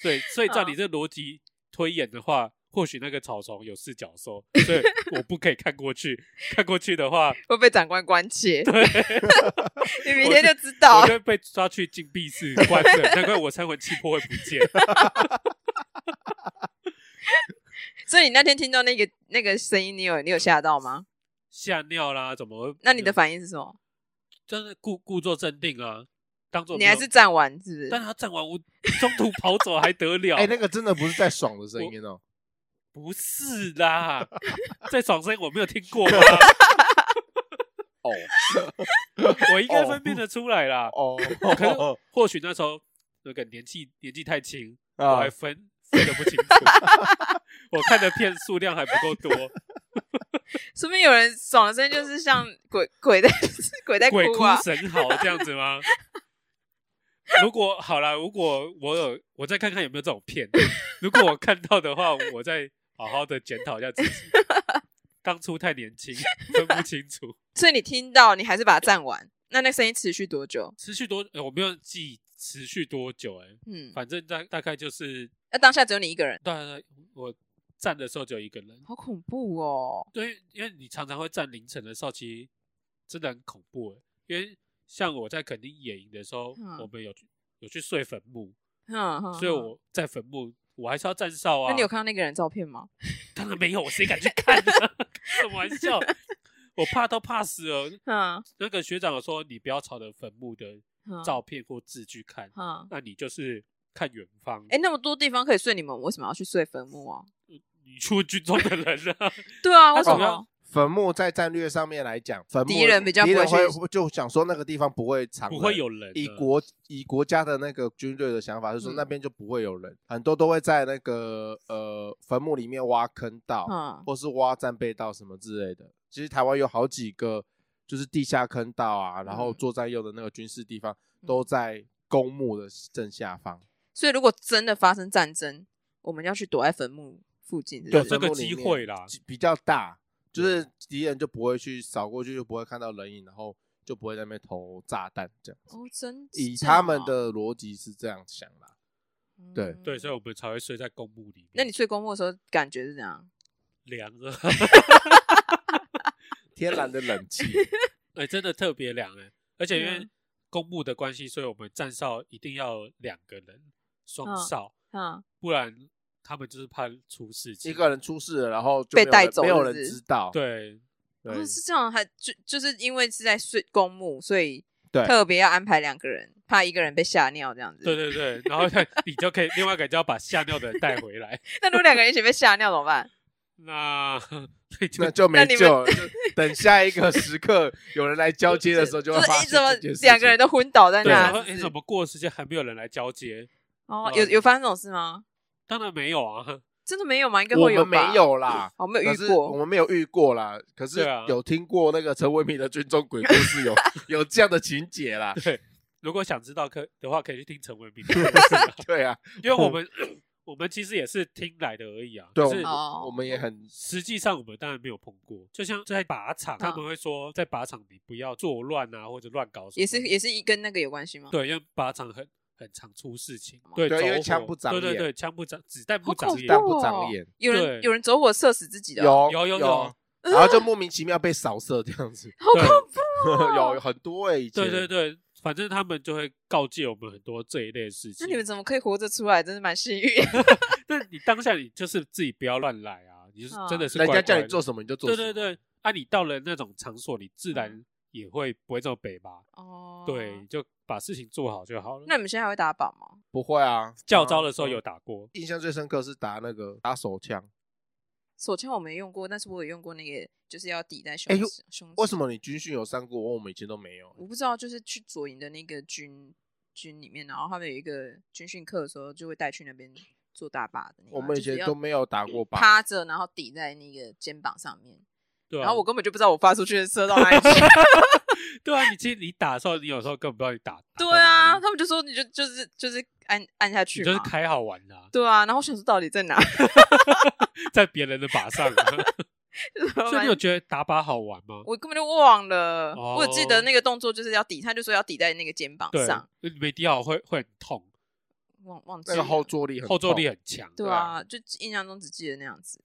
Speaker 2: 对，所以照你这逻辑推演的话，或许那个草丛有四角兽， 所以我不可以看过去。看过去的话，
Speaker 3: 会被长官关切。 你明天就知
Speaker 2: 我
Speaker 3: 道
Speaker 2: 就。会被抓去禁闭 室关着，难怪我三魂七魄会不见。
Speaker 3: 所以你那天听到那个那个声音，你有你有吓到吗？
Speaker 2: 吓尿啦，怎么会？
Speaker 3: 那你的反应是什么？
Speaker 2: 就是故故作镇定啊，当做
Speaker 3: 你还是站完是不是？
Speaker 2: 但他站完我中途跑走还得了？
Speaker 1: 哎、那个真的不是在爽的声音哦，
Speaker 2: 不是啦，在爽声我没有听 过吗？
Speaker 1: 哦
Speaker 2: 我应该分辨得出来啦。
Speaker 1: 哦，
Speaker 2: 可是或许那时候那个年纪年纪太轻，我还
Speaker 1: 啊，
Speaker 2: 分分得不 清楚，我看的片数量还不够多，
Speaker 3: 说明有人爽的声音就是像鬼鬼在 鬼 在
Speaker 2: 鬼
Speaker 3: 哭
Speaker 2: 哭
Speaker 3: 啊，
Speaker 2: 神嚎 这样子吗？如果好啦，如果我有，我再看看有没有这种片。如果我看到的话，我再好好的检讨一下自己，当初太年 轻，分不清楚。
Speaker 3: 所以你听到你还是把它站完。那那声音持续多久？
Speaker 2: 持续多，呃我没有记持续多久、欸，
Speaker 3: 嗯，
Speaker 2: 反正大大概就是，
Speaker 3: 那当下只有你一个人，
Speaker 2: 大概我站的时候只有一个人，
Speaker 3: 好恐怖哦。
Speaker 2: 对，因为你常常会站凌晨的时候，其实真的很恐怖欸。因为像我在垦丁野营的时候，
Speaker 3: 嗯
Speaker 2: 我们有去有去睡坟墓，
Speaker 3: 嗯，哼
Speaker 2: 所以
Speaker 3: 哼
Speaker 2: 我在坟墓我还是要站哨啊。
Speaker 3: 那你有看到那个人照片吗？
Speaker 2: 当然没有，我谁敢去看呢、 啊？开什么玩 笑？我怕都怕死了。
Speaker 3: 嗯，
Speaker 2: 那个学长有说，你不要朝着坟墓的
Speaker 3: 嗯
Speaker 2: 照片或字去看，
Speaker 3: 嗯，
Speaker 2: 那你就是看远方。
Speaker 3: 哎，那么多地方可以睡，你们为什么要去睡坟墓啊？
Speaker 2: 你出军中的人啊，
Speaker 3: 对啊，
Speaker 2: 他
Speaker 3: 为什
Speaker 2: 怎么
Speaker 3: 么
Speaker 2: 样？
Speaker 1: 坟墓在战略上面来讲，坟墓
Speaker 3: 敌人比较
Speaker 1: 敌人
Speaker 3: 不会
Speaker 1: 会
Speaker 3: 去
Speaker 1: 就想说那个地方不会藏，
Speaker 2: 不会。有人啊。
Speaker 1: 以国以国家的那个军队的想法，就是说
Speaker 3: 嗯
Speaker 1: 那边就不会有人，很多都会在那个呃坟墓里面挖坑道，
Speaker 3: 嗯，
Speaker 1: 或是挖战备道什么之类的。其实台湾有好几个就是地下坑道啊，然后
Speaker 3: 嗯
Speaker 1: 作战用的那个军事地方都在公墓的正下方。
Speaker 3: 所以如果真的发生战争，我们要去躲在坟墓附近，是不
Speaker 2: 有
Speaker 3: 是
Speaker 2: 这个
Speaker 1: 坟墓里
Speaker 2: 机
Speaker 1: 面
Speaker 2: 会
Speaker 3: 啊
Speaker 2: 啦，
Speaker 1: 比较大，就
Speaker 2: 对
Speaker 1: 是敌人就不会去扫过去，就不会看到人影，然后就不会在那边投炸弹这样。
Speaker 3: 哦，真是
Speaker 1: 以
Speaker 3: 这样
Speaker 1: 他们
Speaker 3: 哦，
Speaker 1: 的逻辑是这样想啦，对
Speaker 3: 嗯
Speaker 2: 对，所以我们才会睡在公墓里面。
Speaker 3: 那你睡公墓的时候感觉是怎样？
Speaker 2: 凉啊，
Speaker 1: 天然的冷 气
Speaker 2: 哎、真的特别凉哎！而且因
Speaker 1: 啊
Speaker 2: 为
Speaker 3: 嗯
Speaker 2: 公墓的关系，所以我们站哨一定要两个人双
Speaker 3: 嗯
Speaker 2: 哨，
Speaker 3: 嗯，
Speaker 2: 不然他们就是怕出事情。
Speaker 1: 一个人出事了，然后就
Speaker 3: 被
Speaker 1: 没有
Speaker 3: 带
Speaker 1: 人
Speaker 3: 走
Speaker 1: 没有
Speaker 3: 是
Speaker 1: 人
Speaker 3: 不是
Speaker 1: 知道。
Speaker 2: 对，
Speaker 1: 对
Speaker 3: 哦，是这样，还就就是因为是在睡公墓，所以
Speaker 1: 对
Speaker 3: 特别要安排两个人，怕一个人被吓尿这样子。
Speaker 2: 对。对对，然后 你就可以另外一个就要把吓尿的人带回来，
Speaker 3: 那如果两个人一起被吓尿怎么 办？
Speaker 2: 那那就
Speaker 1: 那就没
Speaker 3: 那你们
Speaker 1: 救了。就等下一个时刻有人来交接 的时候，就会
Speaker 3: 就是
Speaker 1: 发
Speaker 3: 你怎么
Speaker 1: 现这件事情
Speaker 3: 两个人都昏倒在
Speaker 2: 对，然后
Speaker 3: 那？
Speaker 2: 哎、怎么过时间还没有人来交接？
Speaker 3: 哦，
Speaker 2: 嗯
Speaker 3: 有有发生这种事吗？
Speaker 2: 当然没有啊，
Speaker 3: 真的没有吗？应该
Speaker 1: 我
Speaker 3: 会有
Speaker 1: 们
Speaker 3: 吧？
Speaker 1: 没，有 啦，
Speaker 3: 哦，没有
Speaker 1: 可
Speaker 3: 遇
Speaker 1: 是我
Speaker 3: 过。
Speaker 1: 们没有遇过啦。可是
Speaker 2: 对啊
Speaker 1: 有听过那个陈伟明的军中鬼故事，有 有这样的情节啦。
Speaker 2: 对。如果想知道可的话，可以去听陈文斌的故事 啊，
Speaker 1: 对啊，
Speaker 2: 因为我们 我们其实也是听来的而已啊，
Speaker 1: 对，
Speaker 2: 就
Speaker 1: 我
Speaker 2: 是
Speaker 1: 们
Speaker 3: 哦
Speaker 1: 我们也很
Speaker 2: 实际上我们当然没有碰过，就像在靶场，他们会说在靶场你不要作乱啊，或者乱搞什么，
Speaker 3: 也是也是一跟那个有关系吗？，
Speaker 2: 对，因为靶场很很常出事情，对，
Speaker 1: 对因为
Speaker 2: 走火
Speaker 1: 枪不长
Speaker 2: 对对
Speaker 1: 眼
Speaker 2: 对，枪不长，子弹不
Speaker 3: 好
Speaker 2: 长
Speaker 3: 恐
Speaker 2: 眼，
Speaker 1: 但
Speaker 3: 怖
Speaker 1: 不长
Speaker 3: 哦
Speaker 1: 眼。
Speaker 3: 有
Speaker 2: 对
Speaker 3: 人有人走火射死自己的哦，
Speaker 1: 有
Speaker 2: 有有有
Speaker 1: 有，
Speaker 3: 嗯
Speaker 1: 然后就莫名其妙被扫射这样子，
Speaker 3: 好恐怖
Speaker 1: 有很多哎，以前
Speaker 2: 对对对，反正他们就会告诫我们很多这一类的事情。
Speaker 3: 那 你们怎么可以活着出来？真是蛮幸运。
Speaker 2: 那你当下你就是自己不要乱来啊，你就是真的是
Speaker 1: 人家
Speaker 2: 乖
Speaker 1: 叫
Speaker 2: 乖
Speaker 1: 你
Speaker 2: 的
Speaker 1: 做什么你就做
Speaker 2: 对
Speaker 1: 什么。
Speaker 2: 对对，啊，你到了那种场所，你自然也会不会这么北吧？
Speaker 3: 嗯哦，
Speaker 2: 对，你就把事情做好就好了。
Speaker 3: 那你们现在还会打靶吗？
Speaker 1: 不会啊。
Speaker 2: 教招的时候
Speaker 1: 嗯
Speaker 2: 有打过，
Speaker 1: 印象最深刻是打那个打手枪。
Speaker 3: 手枪我没用过，但是我有用过那个，就是要抵在
Speaker 1: 哎
Speaker 3: 胸
Speaker 1: 呦
Speaker 3: 子胸
Speaker 1: 为
Speaker 3: 前
Speaker 1: 什么你军训有上过，我们以前都没有？
Speaker 3: 我不知道，就是去左营的那个军军里面，然后他们有一个军训课的时候，就会带去那边做大靶的那个。啊
Speaker 1: 我们以
Speaker 3: 就是
Speaker 1: 前
Speaker 3: 要
Speaker 1: 都没有打过靶。
Speaker 3: 趴着，然后抵在那个肩膀上面，
Speaker 2: 对啊，
Speaker 3: 然后我根本就不知道我发出去的射到哪里 去。
Speaker 2: 对啊，你其实你打的时候，你有时候根本不知道你打。打到
Speaker 3: 对啊，
Speaker 2: 哪里
Speaker 3: 他们就说你就就是就是按按下去
Speaker 2: 你
Speaker 3: 嘛，
Speaker 2: 就是开好玩的啊、
Speaker 3: 对啊，然后我想说到底在哪？
Speaker 2: 在别人的靶上、啊。
Speaker 3: 然后
Speaker 2: 所以
Speaker 3: 反
Speaker 2: 你有
Speaker 3: 正
Speaker 2: 觉得打靶好玩吗？
Speaker 3: 我根本就忘了，
Speaker 2: 哦
Speaker 3: 我有记得那个动作就是要抵，他就说要抵在那个肩膀
Speaker 2: 对
Speaker 3: 上，，
Speaker 2: 你没踢好会会很痛，
Speaker 3: 忘忘记
Speaker 1: 那个
Speaker 3: 了
Speaker 1: 后坐力很
Speaker 2: 后坐力
Speaker 1: 痛
Speaker 2: 很强。
Speaker 3: 对
Speaker 1: 对
Speaker 3: 啊，
Speaker 1: 啊
Speaker 3: 就印象中只记得那样子。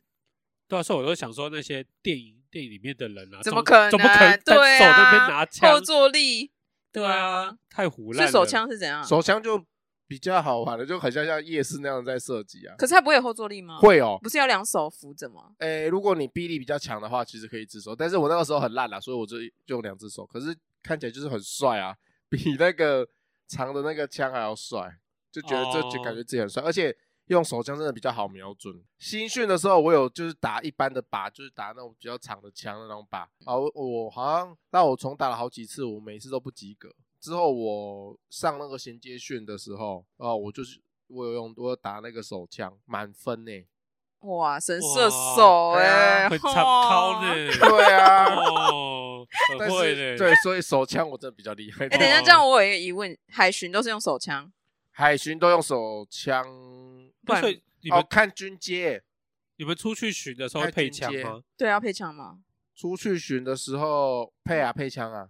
Speaker 2: 对啊，所以我都想说那些电影电影里面的人啊，
Speaker 3: 怎么
Speaker 2: 么
Speaker 3: 可能？
Speaker 2: 怎么可能单
Speaker 3: 对
Speaker 2: 手那边
Speaker 3: 啊
Speaker 2: 拿
Speaker 3: 后
Speaker 2: 枪？
Speaker 3: 坐力，
Speaker 2: 对啊，，太胡
Speaker 3: 所
Speaker 2: 乱了。
Speaker 3: 以手枪是怎样？
Speaker 1: 手枪就比较好玩了，就很像像夜市那样在射击啊。
Speaker 3: 可是它不会有后坐力吗？，
Speaker 1: 会哦，
Speaker 3: 不是要两手扶着吗？
Speaker 1: 诶、如果你臂力比较强的话，其实可以自首。但是我那个时候很烂啦，啊所以我就就用两只手。可是看起来就是很帅啊，比那个长的那个枪还要帅，就觉得这
Speaker 2: 哦
Speaker 1: 就感觉自己很帅，而且。用手枪真的比较好瞄准。新训的时候，我有就是打一般的靶，就是打那种比较长的枪的那种靶啊。我我好像让我重打了好几次，我每次都不及格。之后我上那个衔接训的时候，哦、我就是我有用我有打那个手枪，满分欸呢、
Speaker 3: 哇，神射手
Speaker 1: 哇
Speaker 3: 哎、
Speaker 1: 哎
Speaker 2: 很参考
Speaker 3: 哇。
Speaker 2: 呢。
Speaker 1: 对啊，
Speaker 2: 哦，很
Speaker 1: 但
Speaker 2: 会
Speaker 1: 是
Speaker 2: 呢。
Speaker 1: 对，所以手枪我真的比较厉害。
Speaker 3: 哎、等一下，这样我有一个疑问，海巡都是用手枪，
Speaker 1: 海巡都用手枪，
Speaker 3: 不然
Speaker 2: 所以你们
Speaker 1: 哦，看军阶。
Speaker 2: 你们出去巡的时候
Speaker 1: 开
Speaker 2: 配
Speaker 1: 军
Speaker 2: 枪
Speaker 1: 阶
Speaker 2: 吗？
Speaker 3: 对，要配枪吗？
Speaker 1: 出去巡的时候配啊配枪啊，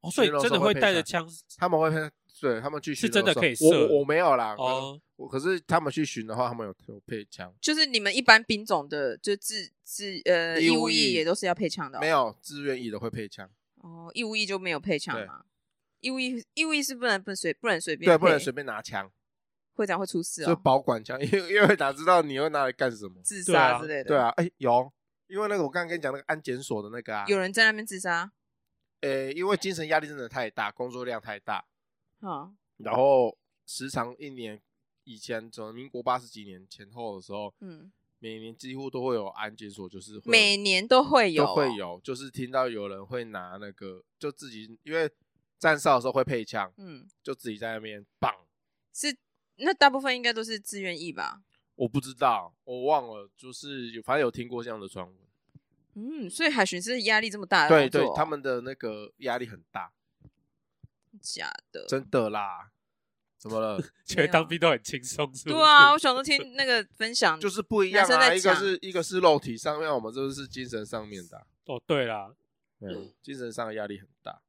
Speaker 2: 哦，所以
Speaker 1: 巡逻
Speaker 2: 真
Speaker 1: 时
Speaker 2: 的
Speaker 1: 候
Speaker 2: 会
Speaker 1: 会配
Speaker 2: 带着
Speaker 1: 枪
Speaker 2: 枪
Speaker 1: 他们会配，对他们去巡
Speaker 2: 是真的
Speaker 1: 时候
Speaker 2: 可以
Speaker 1: 我
Speaker 2: 射
Speaker 1: 我我没有啦，哦，
Speaker 2: 哦。
Speaker 1: 我可是他们去巡的话，他们有有配枪，
Speaker 3: 就是你们一般兵种的，就自自呃
Speaker 1: 义务
Speaker 3: 义务役
Speaker 1: 役
Speaker 3: 也都是要配枪的、哦，
Speaker 1: 没有自愿意的会配枪，
Speaker 3: 哦，义务役就没有配枪
Speaker 1: 对
Speaker 3: 嘛？义务役义务役是不能不能随不能随便
Speaker 1: 对，不能
Speaker 3: 配
Speaker 1: 随便拿枪，
Speaker 3: 会长会出事
Speaker 1: 所以
Speaker 3: 哦，
Speaker 1: 保管枪，因为因为哪知道你会拿来干什么？
Speaker 3: 自
Speaker 2: 对
Speaker 3: 杀
Speaker 2: 啊
Speaker 3: 之类的。
Speaker 1: 对啊，哎有，因为那个我刚刚跟你讲那个安检所的那个啊，
Speaker 3: 有人在那边自杀，
Speaker 1: 呃，因为精神压力真的太大，工作量太大，
Speaker 3: 哈、
Speaker 1: 然后时常一年以前，从民国八十几年前后的时候，
Speaker 3: 嗯，
Speaker 1: 每年几乎都会有安检所，就是会有
Speaker 3: 每年都会有、哦
Speaker 1: 都会。有，就是听到有人会拿那个，就自己因为站哨的时候会配枪，
Speaker 3: 嗯，
Speaker 1: 就自己在那边棒，
Speaker 3: 是那大部分应该都是自愿意吧？
Speaker 1: 我不知道，我忘了，就是有反正有听过这样的传闻，
Speaker 3: 嗯，所以海巡是压力这么大的
Speaker 1: 对
Speaker 3: 工
Speaker 1: 对
Speaker 3: 作，
Speaker 1: 他们的那个压力很大，
Speaker 3: 假的，
Speaker 1: 真的啦，怎么 了？
Speaker 2: 觉得当兵都很轻松，是不是？
Speaker 3: 啊对 啊，我想说听那个分享，
Speaker 1: 就是不一样
Speaker 3: 男生在
Speaker 1: 啊，一个
Speaker 3: 抢
Speaker 1: 是一个是肉体上面，我们这个是精神上面的啊、
Speaker 2: 哦，对啦，
Speaker 1: 嗯，精神上的压力很大，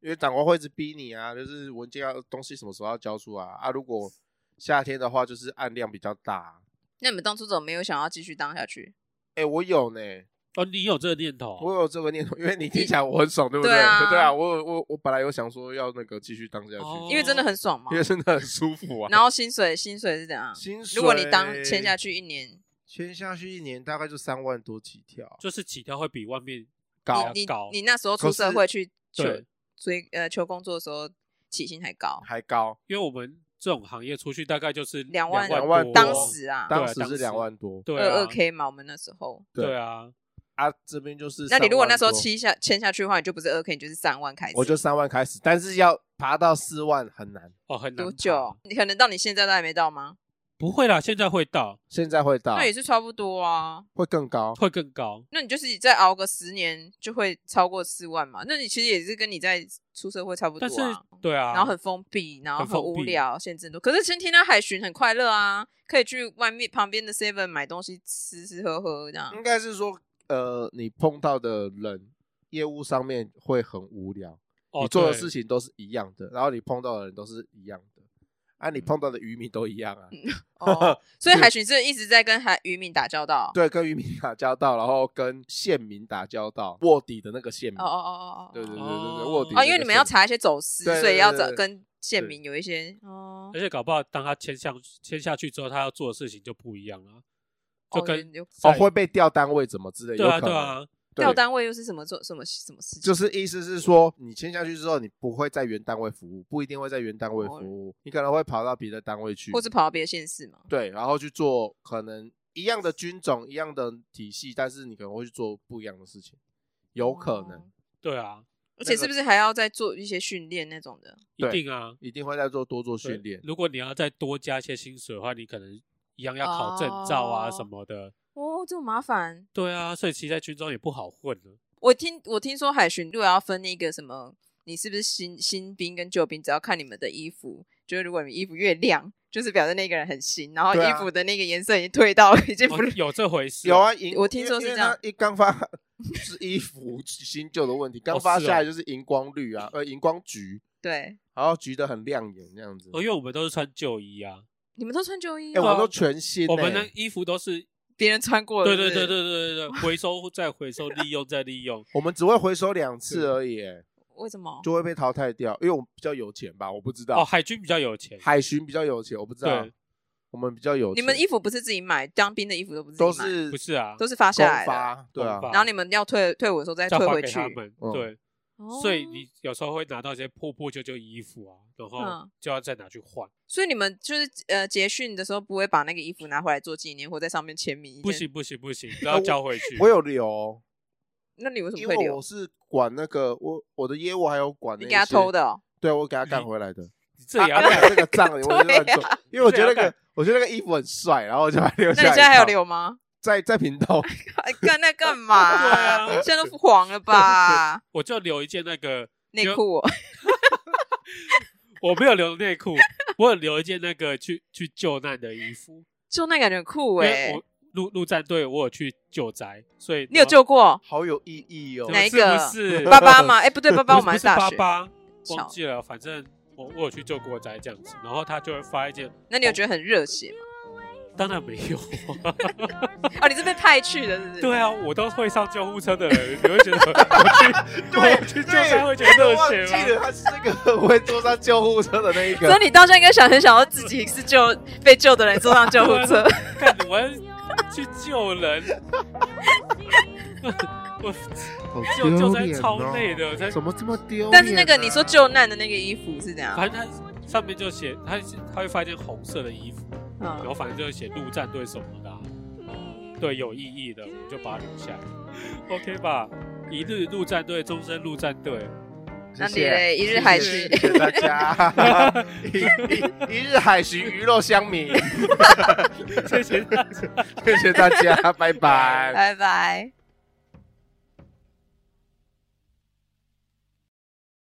Speaker 1: 因为长官会一直逼你啊，就是文件要东西什么时候要交出啊啊！如果夏天的话，就是按量比较大、啊。
Speaker 3: 那你们当初怎么没有想要继续当下去？
Speaker 1: 哎、我有呢，
Speaker 2: 哦，你有这个念头
Speaker 1: 我
Speaker 2: 哦，
Speaker 1: 有这个念头，因为你听起来我很爽，对不
Speaker 3: 对
Speaker 1: 对
Speaker 3: 啊
Speaker 1: 我有我我本来有想说要那个继续当下去，
Speaker 2: 哦
Speaker 3: 因为 真的很爽嘛
Speaker 1: 因。为真的很舒服啊。
Speaker 3: 然后薪水薪水是怎样？
Speaker 1: 薪水
Speaker 3: 如果你当签下去一年，
Speaker 1: 签下去一年大概就三万多起跳啊，
Speaker 2: 就是起跳会比外面
Speaker 1: 高
Speaker 3: 你
Speaker 2: 高
Speaker 3: 你你那时候出
Speaker 1: 可是
Speaker 3: 社会去求
Speaker 2: 对，
Speaker 3: 追呃求工作的时候，起薪还高，
Speaker 1: 还高，
Speaker 2: 因为我们这种行业出去大概就是
Speaker 3: 两
Speaker 2: 万
Speaker 3: 万
Speaker 1: 两
Speaker 2: 万
Speaker 1: 万
Speaker 2: 多
Speaker 1: 多
Speaker 3: 当时啊，
Speaker 1: 当
Speaker 2: 对
Speaker 1: 时
Speaker 2: 当时
Speaker 1: 是两万多
Speaker 2: 对
Speaker 3: 二
Speaker 2: 啊
Speaker 3: 二 k 嘛，我们那时候。
Speaker 2: 对啊，
Speaker 1: 啊，这边就是
Speaker 3: 那你如果
Speaker 1: 3万
Speaker 3: 那时候
Speaker 1: 多
Speaker 3: 签下签下去的话，你就不是二 k，你就是三万开始。
Speaker 1: 我就三万开始，但是要爬到四万很难，
Speaker 2: 哦，很难
Speaker 3: 多
Speaker 2: 爬
Speaker 3: 久？？你可能到你现在都还没到吗？
Speaker 2: 不会啦，现在会到，
Speaker 1: 现在会到
Speaker 3: 那也是差不多啊。
Speaker 1: 会更高，
Speaker 2: 会更高。
Speaker 3: 那你就是再熬个十年，就会超过四万嘛？那你其实也是跟你在出社会差不多
Speaker 2: 但是
Speaker 3: 啊。
Speaker 2: 对啊，
Speaker 3: 然后很封闭，然后
Speaker 2: 很封
Speaker 3: 无
Speaker 2: 闭
Speaker 3: 聊，限制很多。可是先听到海巡很快乐啊，可以去外面旁边的 Seven 买东西吃吃喝喝这样。
Speaker 1: 应该是说呃，你碰到的人业务上面会很无聊，
Speaker 2: 哦
Speaker 1: 你做的
Speaker 2: 对
Speaker 1: 事情都是一样的，然后你碰到的人都是一样的，啊，你碰到的渔民都一样啊，
Speaker 3: 嗯 哦，所以海巡是一直在跟海渔民打交道。
Speaker 1: 对，跟渔民打交道，然后跟县民打交道，卧底的那个县民，
Speaker 3: 嗯哦，哦哦哦哦，
Speaker 1: 对对对对对，
Speaker 2: 哦
Speaker 1: 卧底的那个县民。
Speaker 3: 哦，因为你们要查一些走私，
Speaker 1: 对对
Speaker 3: 所以要
Speaker 1: 对
Speaker 3: 找
Speaker 1: 对
Speaker 3: 跟县
Speaker 1: 对
Speaker 3: 民有一些哦，
Speaker 2: 而且搞不好当他签下签下去之后，他要做的事情就不一样了，就
Speaker 3: 哦
Speaker 2: 跟
Speaker 3: 有
Speaker 1: 哦会被调单位怎么之类，
Speaker 2: 对
Speaker 1: 有
Speaker 2: 啊
Speaker 1: 可
Speaker 2: 对
Speaker 1: 能。
Speaker 2: 啊，
Speaker 1: 对
Speaker 3: 调单位又是什么做什么什么事情？
Speaker 1: 就是意思是说，你签下去之后，你不会在原单位服务，不一定会在原单位服务，你可能会跑到别的单位去，
Speaker 3: 哦或是跑到别的县市嘛？
Speaker 1: 对，然后去做可能一样的军种、一样的体系，但是你可能会去做不一样的事情，有可能、
Speaker 3: 哦
Speaker 2: 对啊，
Speaker 3: 而且是不是还要再做一些训练那种的？
Speaker 2: 一
Speaker 1: 对
Speaker 2: 定啊，
Speaker 1: 一定会在做多做
Speaker 2: 对
Speaker 1: 训练。
Speaker 2: 如果你要再多加一些薪水的话，你可能一样要考证照啊
Speaker 3: 哦
Speaker 2: 什么的。
Speaker 3: 哦，这么麻烦。
Speaker 2: 对啊，所以其实在军中也不好混了。
Speaker 3: 我听我听说海巡如果要分那个什么，你是不是新新兵跟旧兵，只要看你们的衣服，就是如果你们衣服越亮，就是表示那个人很新，然后
Speaker 1: 对
Speaker 3: 衣
Speaker 1: 啊
Speaker 3: 服的那个颜色已经退到 已经
Speaker 2: 哦
Speaker 3: 不是、
Speaker 2: 有这回事？
Speaker 1: 有啊，，荧
Speaker 3: 我听说
Speaker 1: 因为
Speaker 3: 是这样
Speaker 1: 因为它一刚发是衣服新旧的问题，刚发
Speaker 2: 是哦
Speaker 1: 下来就是荧光绿啊，呃，荧光橘，
Speaker 3: 对。
Speaker 1: 然后橘的很亮眼这样子。
Speaker 2: 哦，因为我们都是穿旧衣啊，
Speaker 3: 你们都穿旧衣哦
Speaker 1: 哎、
Speaker 3: 吗，
Speaker 1: 我都全新、欸，
Speaker 2: 我们的衣服都是
Speaker 3: 别人穿过了
Speaker 2: 对
Speaker 3: 是不
Speaker 2: 对对
Speaker 3: 是，
Speaker 2: 对对对对，回收再回收，利用再利 用。
Speaker 1: 我们只会回收两次而已、欸，
Speaker 3: 为什么？
Speaker 1: 就会被淘汰掉，因为我们比较有钱吧，我不知道。
Speaker 2: 哦，海军比较有钱，
Speaker 1: 啊海啊巡比较有钱，我不知道
Speaker 2: 对。
Speaker 1: 我们比较有
Speaker 3: 你
Speaker 1: 钱，
Speaker 3: 们衣服不是自己买，当兵的衣服都不是自己
Speaker 1: 都
Speaker 3: 买，
Speaker 1: 是
Speaker 2: 不是啊，
Speaker 3: 都是发下来
Speaker 1: 公
Speaker 3: 的。
Speaker 1: 发，对啊
Speaker 2: 公，发
Speaker 3: 然后你们要退退伍的时候再
Speaker 2: 再
Speaker 3: 退
Speaker 2: 还
Speaker 3: 回
Speaker 2: 给
Speaker 3: 去，
Speaker 2: 他们。
Speaker 1: 嗯
Speaker 2: 对，
Speaker 3: 哦
Speaker 2: 所以你有时候会拿到一些破破旧旧衣服啊，然后
Speaker 3: 嗯
Speaker 2: 就要再拿去换。
Speaker 3: 所以你们就是呃结训的时候不会把那个衣服拿回来做纪念，或在上面签名。
Speaker 2: 不，行不行 不行，都要交回去。
Speaker 1: 我有留哦，
Speaker 3: 那你为什
Speaker 1: 因
Speaker 3: 么会
Speaker 1: 为
Speaker 3: 留
Speaker 1: 我？是管那个我我的业务还有管那
Speaker 3: 你
Speaker 1: 些，
Speaker 3: 给他偷的哦，
Speaker 1: 对我给 他干回来的，
Speaker 2: 你这也 要
Speaker 1: 啊
Speaker 2: 干
Speaker 1: 啊这个账，我就乱
Speaker 3: 对
Speaker 1: 做，因为我觉得那
Speaker 2: 这也要
Speaker 1: 个我觉得那个衣服很帅，然后我就把它留
Speaker 3: 那
Speaker 1: 下
Speaker 3: 你
Speaker 1: 来。
Speaker 3: 现在还有？留吗？
Speaker 1: 在在频道，
Speaker 3: 哎干那 干
Speaker 2: 对
Speaker 3: 嘛？
Speaker 2: 啊
Speaker 3: 现在都 黄了吧？
Speaker 2: 我就留一件那个
Speaker 3: 内裤哦，
Speaker 2: 我没有留内裤，我有留一件那个去去救难的衣服。
Speaker 3: 就那感觉很酷
Speaker 2: 因
Speaker 3: 哎、
Speaker 2: 为我陆陆战队我有去救灾，所以
Speaker 3: 你有救过
Speaker 1: 好有意义哦
Speaker 2: 怎。么
Speaker 3: 哪一个
Speaker 2: 是不是
Speaker 3: 爸 爸吗？哎、不对，爸
Speaker 2: 不
Speaker 3: 爸我
Speaker 2: 是
Speaker 3: 们
Speaker 2: 不
Speaker 3: 还
Speaker 2: 是
Speaker 3: 大
Speaker 2: 爸
Speaker 3: 学。
Speaker 2: 爸，忘
Speaker 3: 小
Speaker 2: 记了，反正我我有去救过灾这样子，然后他就会发一件，
Speaker 3: 那你有觉得很热血吗？
Speaker 2: 当然没有，
Speaker 3: 哦，你是被派去的，是不是？
Speaker 2: 对啊，我都会上救护车的人，你会觉得 我去我去救灾会觉得热
Speaker 1: 忘
Speaker 2: 血
Speaker 1: 记
Speaker 2: 吗？
Speaker 1: 了他是那个很会坐上救护车的那一
Speaker 3: 所
Speaker 1: 个，
Speaker 3: 以你当下应该想很想要自己是救被救的人坐上救护 车，
Speaker 2: 看我要去救人，我
Speaker 1: 好
Speaker 2: 救救
Speaker 1: 丢
Speaker 2: 灾
Speaker 1: 脸哦
Speaker 2: 超累的，我在
Speaker 1: 怎么这么丢脸啊？
Speaker 3: 但是那个你说救难的那个衣服是怎样？
Speaker 2: 反正他上面就写他他会发一件红色的衣服，然
Speaker 3: 嗯，
Speaker 2: 后反正就写陆战队什么的啊、对，有意义的我就把它留下来，OK 吧？一日陆战队，终身陆战队，
Speaker 1: 谢
Speaker 3: 那你
Speaker 1: 谢。
Speaker 3: 嘞一日海
Speaker 1: 巡，谢，
Speaker 3: 巡
Speaker 1: 谢大家，一一一日海巡鱼肉香米，
Speaker 2: 谢谢大家。
Speaker 1: 谢谢大家，拜拜。
Speaker 3: 拜拜。